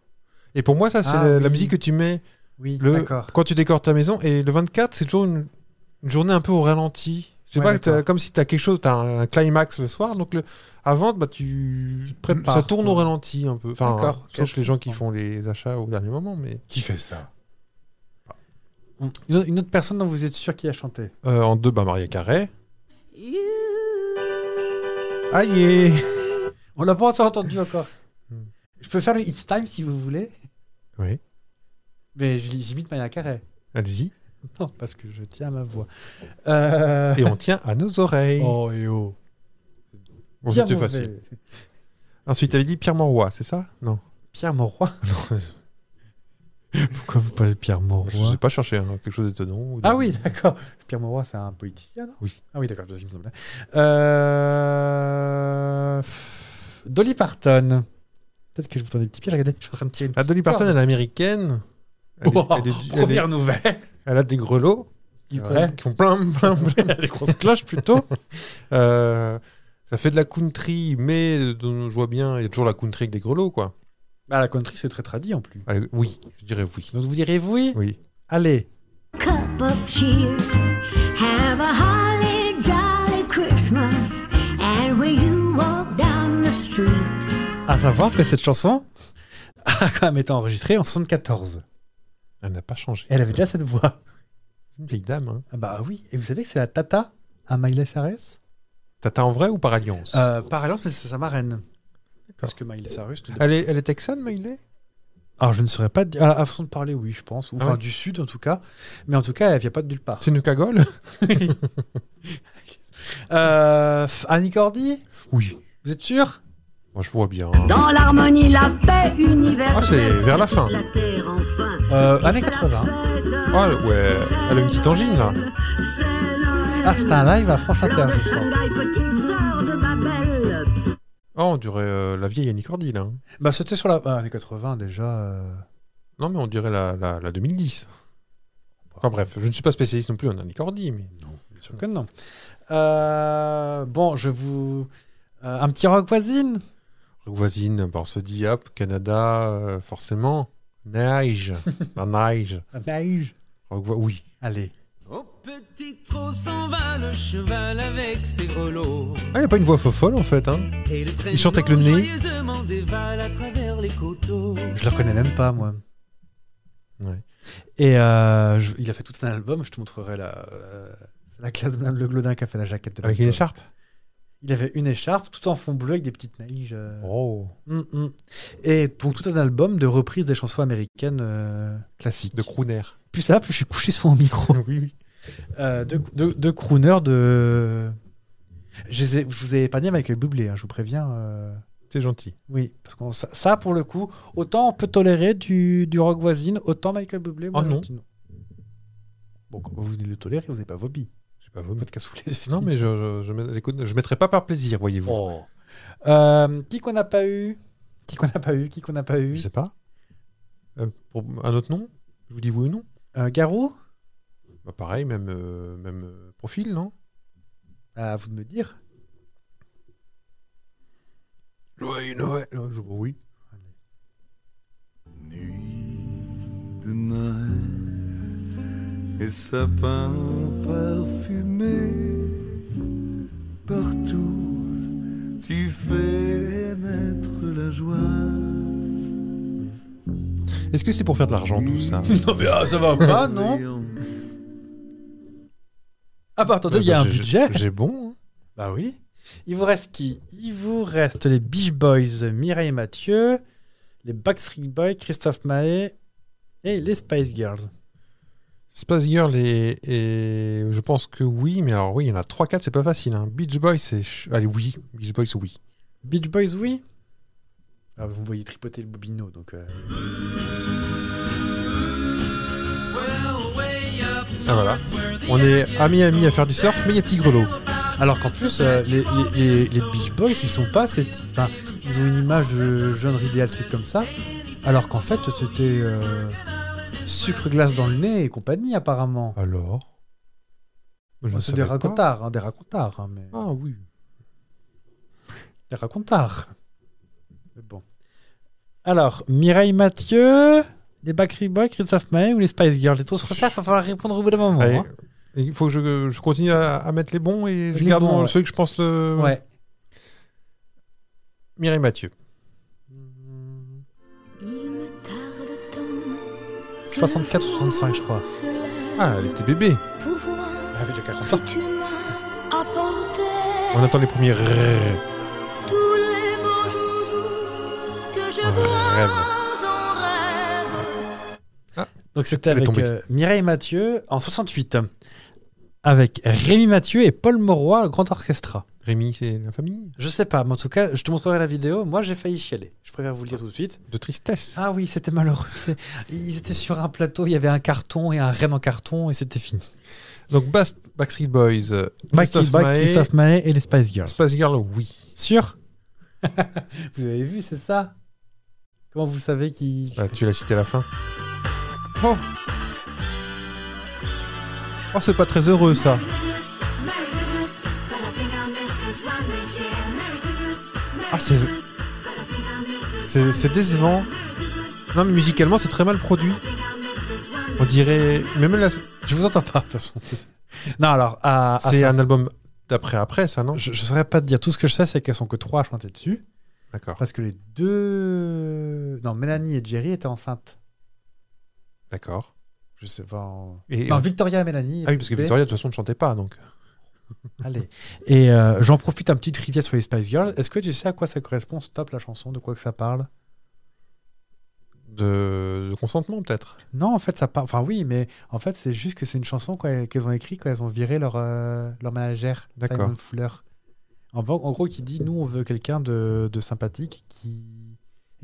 Speaker 2: Et pour moi, ça, c'est
Speaker 1: Ah,
Speaker 2: la, la
Speaker 1: oui.
Speaker 2: musique que tu mets
Speaker 1: Oui,
Speaker 2: le...
Speaker 1: d'accord.
Speaker 2: quand tu décores ta maison. Et le 24, c'est toujours une... une journée un peu au ralenti. Je sais
Speaker 1: Ouais,
Speaker 2: pas, t'as-
Speaker 1: d'accord.
Speaker 2: comme si t'as quelque chose, t'as un climax le soir, donc le... avant, bah, tu...
Speaker 1: te prépares,
Speaker 2: ça tourne au
Speaker 1: quoi.
Speaker 2: ralenti un peu. Enfin,
Speaker 1: D'accord, ok,
Speaker 2: sauf
Speaker 1: je
Speaker 2: les gens qui
Speaker 1: comprends.
Speaker 2: font les achats au dernier moment, mais.
Speaker 1: Qui fait ça une autre personne dont vous êtes sûr qui a chanté.
Speaker 2: Euh, en deux, bah, Maria Carré. Aïe
Speaker 1: On l'a pas entendu encore.
Speaker 2: Hmm.
Speaker 1: Je peux faire le It's Time si vous voulez,
Speaker 2: Oui,
Speaker 1: mais je- j'imite Maya Carré.
Speaker 2: allez-y.
Speaker 1: Non, parce que je tiens à ma voix. Euh...
Speaker 2: Et on tient à nos oreilles.
Speaker 1: Oh et oh.
Speaker 2: Bon,
Speaker 1: Pierre
Speaker 2: c'était
Speaker 1: Mauvais.
Speaker 2: facile. Ensuite, t'avais dit Pierre Monroy, c'est ça Non.
Speaker 1: Pierre Mauroy Pourquoi vous parlez de Pierre
Speaker 2: Je sais pas chercher hein, quelque chose d'étonnant. ou de-
Speaker 1: Ah oui, d'accord. Pierre Mauroy, c'est un politicien, non
Speaker 2: Oui.
Speaker 1: Ah oui, d'accord, c'est ce qui me semblait. Euh... pff, Dolly Parton. Peut-être que je vous tends des petits pieds, regardez, je suis en train de tirer une
Speaker 2: Ah, Dolly Parton, elle est américaine. Elle, est-
Speaker 1: Oh,
Speaker 2: elle est- elle est-
Speaker 1: première nouvelle
Speaker 2: elle a des grelots. qui,
Speaker 1: C'est vrai.
Speaker 2: qui font plein, plein, plein.
Speaker 1: Les grosses cloches plutôt.
Speaker 2: Euh, ça fait de la country, mais euh, dont je vois bien, il y a toujours la country avec des grelots, quoi.
Speaker 1: Bah, la country, c'est très tradit en plus.
Speaker 2: Allez, oui, je dirais oui.
Speaker 1: Donc vous direz oui
Speaker 2: Oui.
Speaker 1: Allez.
Speaker 5: cup of cheer. Have a holly jolly Christmas. And when you walk down the street,
Speaker 1: À savoir que cette chanson a quand même été enregistrée en 74.
Speaker 2: Elle n'a pas changé.
Speaker 1: Elle avait déjà cette voix.
Speaker 2: Une vieille dame, hein.
Speaker 1: Ah bah oui. Et vous savez que c'est la tata à Miley Cyrus
Speaker 2: Tata en vrai ou par alliance
Speaker 1: euh, Par alliance, parce que c'est sa marraine. Parce que Miley Cyrus... tout-
Speaker 2: elle, est, elle est texane, mais il est
Speaker 1: Alors je ne saurais pas... dire- À la façon de parler, oui, je pense. Ou
Speaker 2: Ah
Speaker 1: enfin
Speaker 2: ouais.
Speaker 1: du sud, en tout cas. Mais en tout cas, elle vient pas de nulle part.
Speaker 2: C'est une cagole
Speaker 1: Euh, Annie Cordy
Speaker 2: Oui.
Speaker 1: Vous êtes sûr
Speaker 2: Moi, je vois bien.
Speaker 5: dans l'harmonie, la paix universelle.
Speaker 2: Ah, c'est vers la fin.
Speaker 5: La terre enfin.
Speaker 1: euh, Années 80.
Speaker 2: Ah, le- ouais. Elle a une petite angine, là.
Speaker 1: Ah, c'était un live à France Inter, je crois.
Speaker 2: Ah, on dirait euh, la vieille Annie Cordy, là. hein.
Speaker 1: Bah, c'était sur la. bah, années 80 déjà. euh,
Speaker 2: Non, mais on dirait la, la, la 2010. Enfin bref, je ne suis pas spécialiste non plus en Annie Cordy, mais...
Speaker 1: bien sûr que non. Euh, bon, je vous. euh, un petit rock voisine
Speaker 2: Voisine, bah, on se dit, hop, Canada, euh, forcément. Neige, la neige. Rock vo- Oui,
Speaker 1: Allez.
Speaker 6: Au petit trot s'en va le cheval avec ses grelots.
Speaker 2: Ah, il a pas une voix folle en fait. Hein.
Speaker 6: Et le traîneau
Speaker 2: Il chante avec le nez.
Speaker 6: joyeusement dévale à travers les coteaux.
Speaker 1: Je le reconnais même pas, moi.
Speaker 2: Ouais.
Speaker 1: Et euh, je- il a fait tout un album, je te montrerai la. euh, c'est la classe de Madame Le Glodin qui a fait la jaquette de
Speaker 2: Avec une
Speaker 1: l'album.
Speaker 2: écharpe.
Speaker 1: Il avait une écharpe, tout en fond bleu avec des petites neiges. euh,
Speaker 2: Oh.
Speaker 1: Mm, mm. Et donc tout un album de reprises des chansons américaines euh, classiques.
Speaker 2: De crooner.
Speaker 1: Plus ça, va, plus je suis couché sur mon micro.
Speaker 2: oui, oui.
Speaker 1: Euh, de, de, de crooners de... Je, les ai- je vous ai épargné Michael Bublé, hein, je vous préviens. euh,
Speaker 2: C'est gentil.
Speaker 1: Oui, parce que ça, ça, pour le coup, autant on peut tolérer du, du rock voisine, autant Michael Bublé... moi,
Speaker 2: Ah non.
Speaker 1: je dis Bon, quand vous venez le tolérer, vous n'avez pas vomi.
Speaker 2: J'ai pas vomi.
Speaker 1: Pas de cassoulet.
Speaker 2: Non, mais je je, je, mets- j'écoute- je mettrai pas par plaisir, voyez-vous.
Speaker 1: Euh, qui qu'on n'a pas eu Qui qu'on n'a pas eu Qui qu'on n'a pas eu
Speaker 2: Je sais pas. Euh, pour un autre nom Je vous dis oui ou non
Speaker 1: Euh, Garou
Speaker 2: bah, Pareil, même, euh, même euh, profil, non
Speaker 1: Ah, À vous de me dire.
Speaker 2: Oui, Noël. Euh, je- Oui.
Speaker 7: Nuit de Noël et sapin parfumé partout. Tu fais naître la joie.
Speaker 2: Est-ce que c'est pour faire de l'argent tout ça
Speaker 1: Non mais ah, ça va pas, non Ah bah attendez, il y a un
Speaker 2: J'ai-
Speaker 1: budget
Speaker 2: J'ai bon. hein.
Speaker 1: Bah oui. Il vous reste qui Il vous reste les Beach Boys, Mireille Mathieu, les Backstreet Boys, Christophe Maé et les Spice Girls.
Speaker 2: Space Girl et, et je pense que oui, mais alors oui, il y en a 3-4, c'est pas facile. Hein. Beach Boys, c'est. ch- Allez, oui. Beach Boys, oui.
Speaker 1: Beach Boys, oui Ah, Vous me voyez tripoter le bobino, donc... euh,
Speaker 2: Ah voilà. On est ami-ami à faire du surf, mais il y a petit grelot.
Speaker 1: Alors qu'en plus, euh, les, les, les- les Beach Boys, ils sont pas... Ces... Enfin, ils ont une image de jeune idéal, truc comme ça. Alors qu'en fait, c'était... euh, Sucre glace dans le nez et compagnie, apparemment.
Speaker 2: Alors Je ne
Speaker 1: Bah, C'est
Speaker 2: savais
Speaker 1: des
Speaker 2: pas.
Speaker 1: racontards, hein, des racontards. hein, mais...
Speaker 2: Ah oui.
Speaker 1: Les racontard. Mais Bon. Alors, Mireille Mathieu, les Backstreet Boys, Christophe Maé ou les Spice Girls Les tours sur ça, il va falloir répondre au bout d'un moment.
Speaker 2: Allez,
Speaker 1: hein.
Speaker 2: et Il faut que je, je continue à, à mettre les bons et je
Speaker 1: Les
Speaker 2: garde
Speaker 1: bons,
Speaker 2: mon-
Speaker 1: ouais.
Speaker 2: ceux que je pense le.
Speaker 1: Ouais.
Speaker 2: Mireille Mathieu.
Speaker 1: 64-65, je crois.
Speaker 2: Ah, elle était bébé.
Speaker 1: Elle
Speaker 2: Ah
Speaker 1: avait déjà 40 ans.
Speaker 2: On attend les premiers rêves.
Speaker 3: Tous les beaux jours que je en rêve.
Speaker 1: Donc c'était
Speaker 2: Elle est
Speaker 1: avec
Speaker 2: tombée.
Speaker 1: euh, Mireille Mathieu en 68. Avec Rémi Mathieu et Paul Moroy, grand orchestra.
Speaker 2: Rémi, c'est la famille
Speaker 1: Je sais pas, mais en tout cas, je te montrerai la vidéo. Moi, j'ai failli chialer. Je préfère vous le dire tout de suite.
Speaker 2: De tristesse.
Speaker 1: Ah oui, c'était malheureux. C'est- Ils étaient sur un plateau, il y avait un carton et un renne en carton et c'était fini.
Speaker 2: Donc Bast- Backstreet Boys, euh,
Speaker 1: Christophe,
Speaker 2: Christophe
Speaker 1: Maé,
Speaker 2: Maé,
Speaker 1: Christophe Maé et les Spice Girls.
Speaker 2: Space Girl, oui.
Speaker 1: Sûr Vous avez vu, c'est ça Comment vous savez
Speaker 2: Ah,
Speaker 1: qui
Speaker 2: Bah, tu l'as cité à la fin. Oh, c'est pas très heureux ça. Ah, c'est. C'est c'est décevant. Non, mais musicalement, c'est très mal produit. On dirait. Mais même là,
Speaker 1: Je vous entends pas, de toute façon. Non, alors, à, à
Speaker 2: c'est
Speaker 1: ça,
Speaker 2: un album d'après-après, ça, non
Speaker 1: je, je saurais pas te dire. Tout ce que je sais, c'est qu'elles sont que trois à chanter dessus.
Speaker 2: D'accord,
Speaker 1: Parce que les deux. Non, Mélanie et Jerry étaient enceintes.
Speaker 2: d'accord.
Speaker 1: Je sais pas. en-
Speaker 2: Et-
Speaker 1: Non, Victoria et Mélanie.
Speaker 2: Ah oui, parce que
Speaker 1: étaient-
Speaker 2: Victoria, de toute façon, ne chantait pas, donc.
Speaker 1: Allez. Et euh, j'en profite un petit trivia sur les Spice Girls. Est-ce que tu sais à quoi ça correspond, Stop, la chanson De quoi que ça parle
Speaker 2: De, de consentement, peut-être.
Speaker 1: Non, en fait, ça parle. Enfin, oui, mais en fait, c'est juste que c'est une chanson quoi- qu'elles ont écrite quand elles ont viré leur, euh, leur managère,
Speaker 2: D'accord.
Speaker 1: Simon Fuller. En, vo- en gros, qui dit Nous, on veut quelqu'un de, de sympathique qui,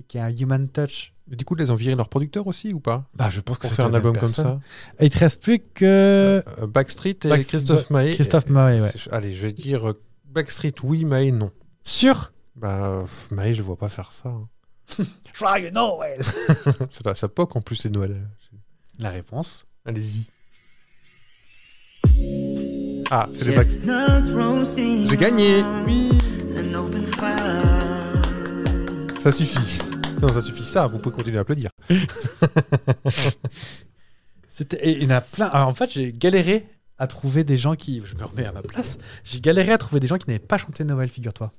Speaker 1: qui a un human touch.
Speaker 2: Et du coup, les ont viré leur producteur aussi, ou pas
Speaker 1: Bah, je pense
Speaker 2: Pour faire un album comme ça.
Speaker 1: Et il te reste plus que
Speaker 2: Euh, Backstreet et
Speaker 1: Backstreet
Speaker 2: Christophe Maé.
Speaker 1: Christophe Maé, ouais.
Speaker 2: C'est- Allez, je vais dire euh, Backstreet, oui, Maé, non.
Speaker 1: Sur
Speaker 2: Bah, pff, Maé, je vois pas faire ça. hein.
Speaker 1: Joyeux Noël
Speaker 2: C'est pas ça poque en plus, c'est Noël.
Speaker 1: La réponse
Speaker 2: Allez-y. Ah, c'est les Back- J'ai
Speaker 8: J'ai
Speaker 2: gagné.
Speaker 8: Oui.
Speaker 2: Ça suffit. Non, ça suffit ça, vous pouvez continuer à applaudir.
Speaker 1: C'était- et il y en a plein. Alors, en fait, j'ai galéré à trouver des gens qui. Je me remets à ma place. J'ai galéré à trouver des gens qui n'avaient pas chanté Noël, figure-toi.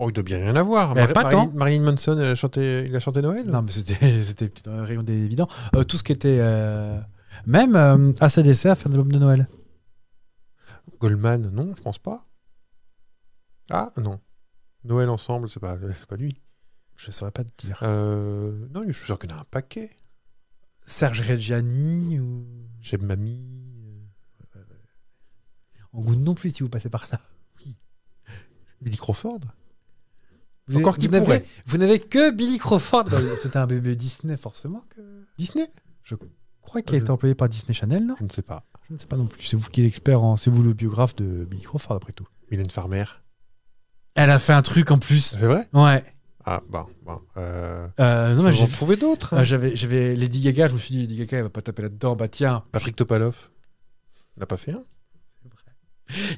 Speaker 2: Oh, il doit bien rien avoir.
Speaker 1: Mais Eh, pas tant.
Speaker 2: Marilyn, Marilyn Manson, elle a chanté, il a chanté Noël
Speaker 1: Non, mais c'était c'était dans le rayon des évidents. Euh, tout ce qui était. euh, Même euh, ACDC a fait un album de Noël.
Speaker 2: Goldman, non, je pense pas. Ah, non. Noël ensemble, c'est pas, c'est pas lui.
Speaker 1: Je saurais pas te dire.
Speaker 2: Euh, non, je suis sûr qu'il y en a un paquet.
Speaker 1: Serge Reggiani ou.
Speaker 2: J'ai Mamie. euh,
Speaker 1: En goût non plus si vous passez par là.
Speaker 2: Billy Crawford
Speaker 1: Vous-
Speaker 2: Encore
Speaker 1: vous
Speaker 2: qu'il
Speaker 1: n'avez-
Speaker 2: pourrait.
Speaker 1: Vous n'avez que Billy Crawford. Bah, c'était un bébé Disney, forcément. Que...
Speaker 2: Disney
Speaker 1: Je crois
Speaker 2: Euh,
Speaker 1: qu'il a été employé par Disney Channel, non
Speaker 2: Je ne sais pas.
Speaker 1: Je ne sais pas non plus. C'est vous qui êtes l'expert en. C'est vous le biographe de Billy Crawford, après tout.
Speaker 2: Mylène Farmer.
Speaker 1: Elle a fait un truc en plus.
Speaker 2: C'est vrai
Speaker 1: Ouais.
Speaker 2: Ah, bah, bah. Euh,
Speaker 1: Euh, non, mais
Speaker 2: j'en
Speaker 1: j'ai.
Speaker 2: trouvé d'autres. hein.
Speaker 1: Ah, J'avais j'avais Lady Gaga, je me suis dit, Lady Gaga, elle va pas taper là-dedans. Bah tiens,
Speaker 2: Patrick Topalov. Il n'a pas fait un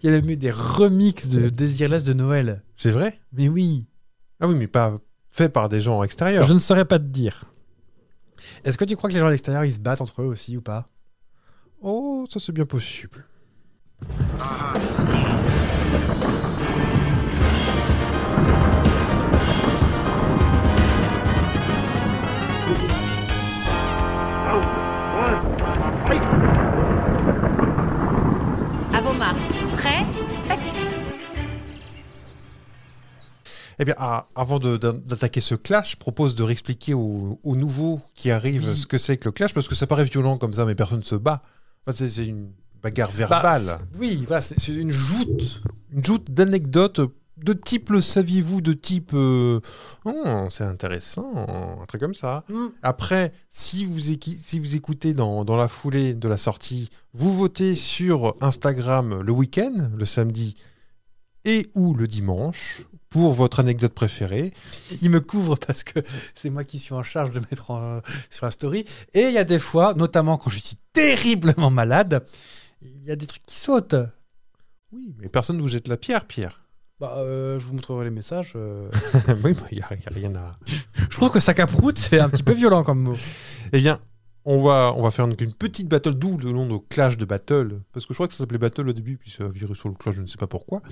Speaker 1: il y avait même eu des remixes de Désirless de Noël.
Speaker 2: C'est vrai
Speaker 1: Mais oui,
Speaker 2: Ah oui, mais pas fait par des gens extérieurs.
Speaker 1: je ne saurais pas te dire. Est-ce que tu crois que les gens à l'extérieur, ils se battent entre eux aussi ou pas
Speaker 2: Oh, ça c'est bien possible.
Speaker 9: À vos marques. Prêt Pâtisserie.
Speaker 2: Eh bien, à- avant de- d'a- d'attaquer ce clash, je propose de réexpliquer aux, aux nouveaux qui arrivent ce que c'est que le clash, parce que ça paraît violent comme ça, mais personne ne se bat. Enfin, c'est- c'est une bagarre verbale.
Speaker 1: Oui, voilà, Bah, Ah, c'est c'est une joute.
Speaker 2: une joute d'anecdotes de type le saviez-vous, de type euh, oh, c'est intéressant, un truc comme ça.
Speaker 1: Mm.
Speaker 2: Après, si vous, équi- si vous écoutez dans, dans la foulée de la sortie, vous votez sur Instagram le week-end, le samedi et ou le dimanche pour votre anecdote préférée.
Speaker 1: Il me couvre parce que c'est moi qui suis en charge de mettre en- euh, sur la story. Et il y a des fois, notamment quand je suis terriblement malade, il y a des trucs qui sautent.
Speaker 2: Oui, mais personne ne vous jette la pierre, Pierre.
Speaker 1: Bah, euh, je vous montrerai les messages. euh.
Speaker 2: oui, il n'y a, y a rien à...
Speaker 1: je trouve que sac à prout, c'est un petit peu violent comme mot.
Speaker 2: Eh bien, on va, on va faire une, une petite battle, d'où le nom de Clash de Battle, parce que je crois que ça s'appelait Battle au début, puis ça a viré sur le Clash, je ne sais pas pourquoi.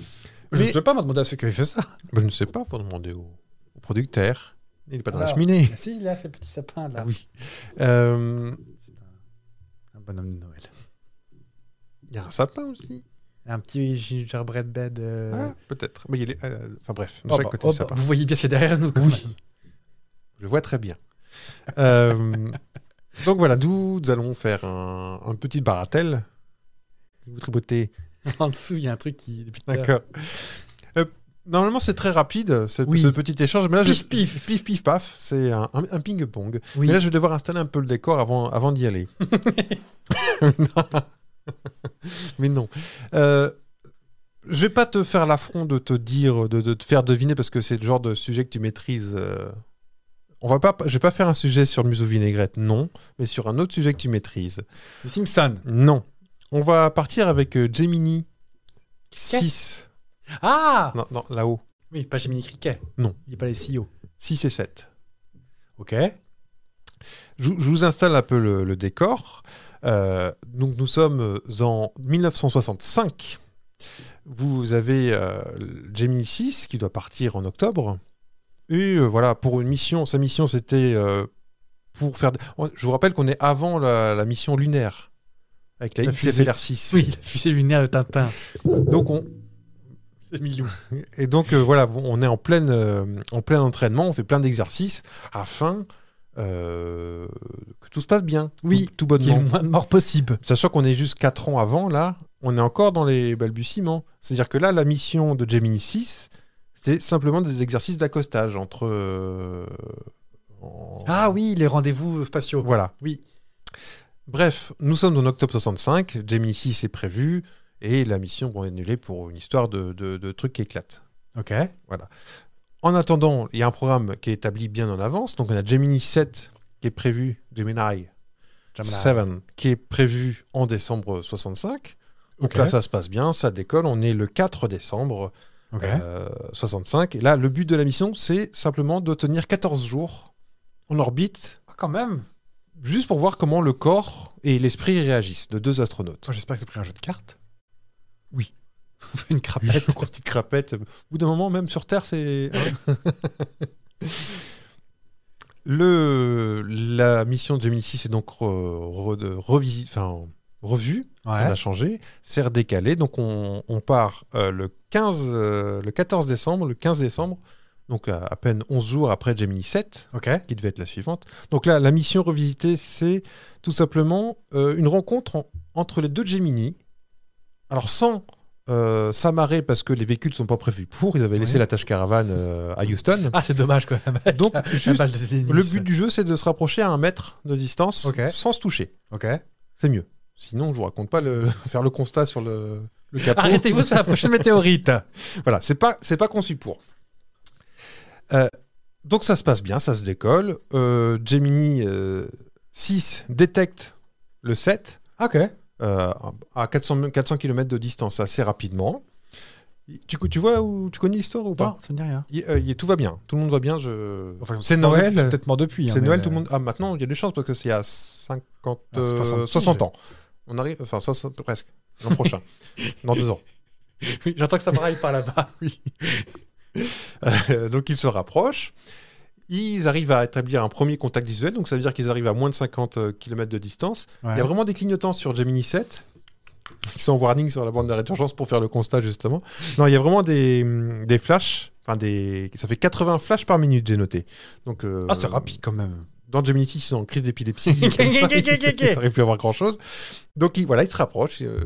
Speaker 1: Je ne
Speaker 2: Mais-
Speaker 1: sais pas, m'a demandé à ceux qui avaient fait ça.
Speaker 2: Bah, je ne sais pas, faut demander au, au producteur. Il n'est pas dans la
Speaker 1: Alors,
Speaker 2: cheminée.
Speaker 1: Si, il a ce petit sapin là.
Speaker 2: Ah oui. Euh,
Speaker 1: C'est un, un bonhomme de Noël.
Speaker 2: Il y a un sapin aussi.
Speaker 1: Un petit gingerbread bed. euh,
Speaker 2: Ah, peut-être. Mais il est, euh, enfin bref, de
Speaker 1: oh
Speaker 2: chaque
Speaker 1: bah,
Speaker 2: côté
Speaker 1: oh
Speaker 2: le sapin.
Speaker 1: bah, vous voyez bien ce qu'il y a derrière nous. quand
Speaker 2: Oui.
Speaker 1: même.
Speaker 2: Je le vois très bien. Euh, donc voilà, nous, nous allons faire un, un petit baratelle. Vous tribotez.
Speaker 1: En dessous, il y a un truc qui. depuis tout à l'heure.
Speaker 2: D'accord. Euh, normalement, c'est très rapide, ce,
Speaker 1: Oui.
Speaker 2: ce petit échange. Mais là, je-
Speaker 1: Pif, pif.
Speaker 2: pif, pif, paf. C'est un, un- un ping-pong.
Speaker 1: Oui.
Speaker 2: Mais là, je vais devoir installer un peu le décor avant, avant d'y aller. Mais non. Euh, je vais pas te faire l'affront de te dire, de, de te faire deviner, parce que c'est le genre de sujet que tu maîtrises. euh. On va pas, je vais pas faire un sujet sur le museau vinaigrette, non, mais sur un autre sujet que tu maîtrises.
Speaker 1: Les Simpsons.
Speaker 2: Non. On va partir avec euh, Gemini 6.
Speaker 1: Ah
Speaker 2: Non, non, là-haut.
Speaker 1: Oui, pas Gemini Criquet.
Speaker 2: Non.
Speaker 1: Il n'est pas les E CEO.
Speaker 2: 6 et 7.
Speaker 1: Ok.
Speaker 2: Je, je vous installe un peu le, le décor. Euh, donc nous sommes euh, en 1965. Vous avez euh, le Gemini 6 qui doit partir en octobre. Et euh, voilà, pour une mission, sa mission c'était euh, pour faire... on- Je vous rappelle qu'on est avant la, la mission lunaire avec la,
Speaker 1: La fusée.
Speaker 2: XFLR6.
Speaker 1: Oui, la fusée lunaire de Tintin.
Speaker 2: Donc on,
Speaker 1: C'est Milou.
Speaker 2: et donc euh, voilà, on est en plein, en plein entraînement, on fait plein d'exercices afin euh, que tout se passe bien.
Speaker 1: Oui,
Speaker 2: tout, tout
Speaker 1: Il y a
Speaker 2: bonnement.
Speaker 1: le moins de morts possible.
Speaker 2: Sachant qu'on est juste 4 ans avant, là, on est encore dans les balbutiements. C'est-à-dire que là, la mission de Gemini 6, c'était simplement des exercices d'accostage entre. euh, en-
Speaker 1: Ah oui, les rendez-vous spatiaux.
Speaker 2: Voilà.
Speaker 1: Oui.
Speaker 2: Bref, nous sommes en octobre 65, Gemini 6 est prévu, et la mission bon, est annulée pour une histoire de, de- de trucs qui éclatent.
Speaker 1: Ok.
Speaker 2: En attendant, il y a un programme qui est établi bien en avance, donc on a Gemini 7 qui est prévu, Gemini
Speaker 1: Jamala.
Speaker 2: Seven, qui est prévu en décembre 65. Donc
Speaker 1: Ok.
Speaker 2: là, ça se passe bien, ça décolle. On est le 4 décembre
Speaker 1: Ok.
Speaker 2: euh, 65. Et là, le but de la mission, c'est simplement de tenir 14 jours en orbite,
Speaker 1: Ah, quand même.
Speaker 2: juste pour voir comment le corps et l'esprit réagissent de deux astronautes.
Speaker 1: Toi, Oh, j'espère que c'est pris un jeu de cartes.
Speaker 2: Oui.
Speaker 1: Une crapette.
Speaker 2: Une petite crapette. Au bout d'un moment, même sur Terre, c'est. hein le, la mission de 2006 est donc re- re- revisite- enfin, revue. on
Speaker 1: Ouais.
Speaker 2: a changé, c'est redécalé. Donc on, on part euh, le 15, euh, le 14 décembre, le 15 décembre, donc à, à peine 11 jours après Gemini 7,
Speaker 1: Ok.
Speaker 2: qui devait être la suivante. Donc là, la mission revisitée, c'est tout simplement euh, une rencontre en- entre les deux Gemini. Alors sans euh, s'amarrer parce que les véhicules ne sont pas prévus pour, ils avaient laissé
Speaker 1: Oui.
Speaker 2: la tâche caravane euh, à Houston.
Speaker 1: Ah, c'est dommage quand même. avec
Speaker 2: Donc,
Speaker 1: la- la
Speaker 2: juste
Speaker 1: balle de tennis.
Speaker 2: le but du jeu, c'est de se rapprocher à un mètre de distance
Speaker 1: Ok.
Speaker 2: sans se toucher.
Speaker 1: Ok.
Speaker 2: C'est mieux. Sinon, je vous raconte pas le, faire le constat sur le, le capot.
Speaker 1: Arrêtez-vous sur la prochaine météorite.
Speaker 2: Voilà, c'est pas c'est pas conçu pour. Euh, donc ça se passe bien, ça se décolle. Euh, Gemini euh, 6 détecte le 7
Speaker 1: Ok.
Speaker 2: euh, à 400, 400 km de distance assez rapidement. Tu, tu vois où tu connais l'histoire ou pas
Speaker 1: Non, ça me dit rien.
Speaker 2: Il- euh, il- Tout va bien, tout le monde va bien. Je...
Speaker 1: Enfin,
Speaker 2: c'est
Speaker 1: Noël.
Speaker 2: Noël.
Speaker 1: Peut-être mort depuis. hein,
Speaker 2: C'est
Speaker 1: mais-
Speaker 2: Noël, tout le monde. Ah, maintenant, il y a des chances parce que c'est à 50,
Speaker 1: Ah, 60,
Speaker 2: euh, 60 ans. On arrive, enfin, 60 presque, l'an prochain, dans deux ans.
Speaker 1: Oui, j'entends que ça braille par là-bas. Oui.
Speaker 2: Euh, donc ils se rapprochent. Ils arrivent à établir un premier contact visuel, donc ça veut dire qu'ils arrivent à moins de 50 km de distance. Il y a vraiment des clignotants sur Gemini 7, qui sont en warning sur la bande d'arrêt d'urgence pour faire le constat justement. Non, il y a vraiment des, hum, des flashs, enfin des, ça fait 80 flashs par minute, j'ai noté. Donc, euh,
Speaker 1: Ah, c'est rapide quand même.
Speaker 2: Dans Gemini 6, ils sont en crise d'épilepsie. ils n'arrivent plus à voir grand-chose. Donc ils- voilà, ils se rapprochent. euh,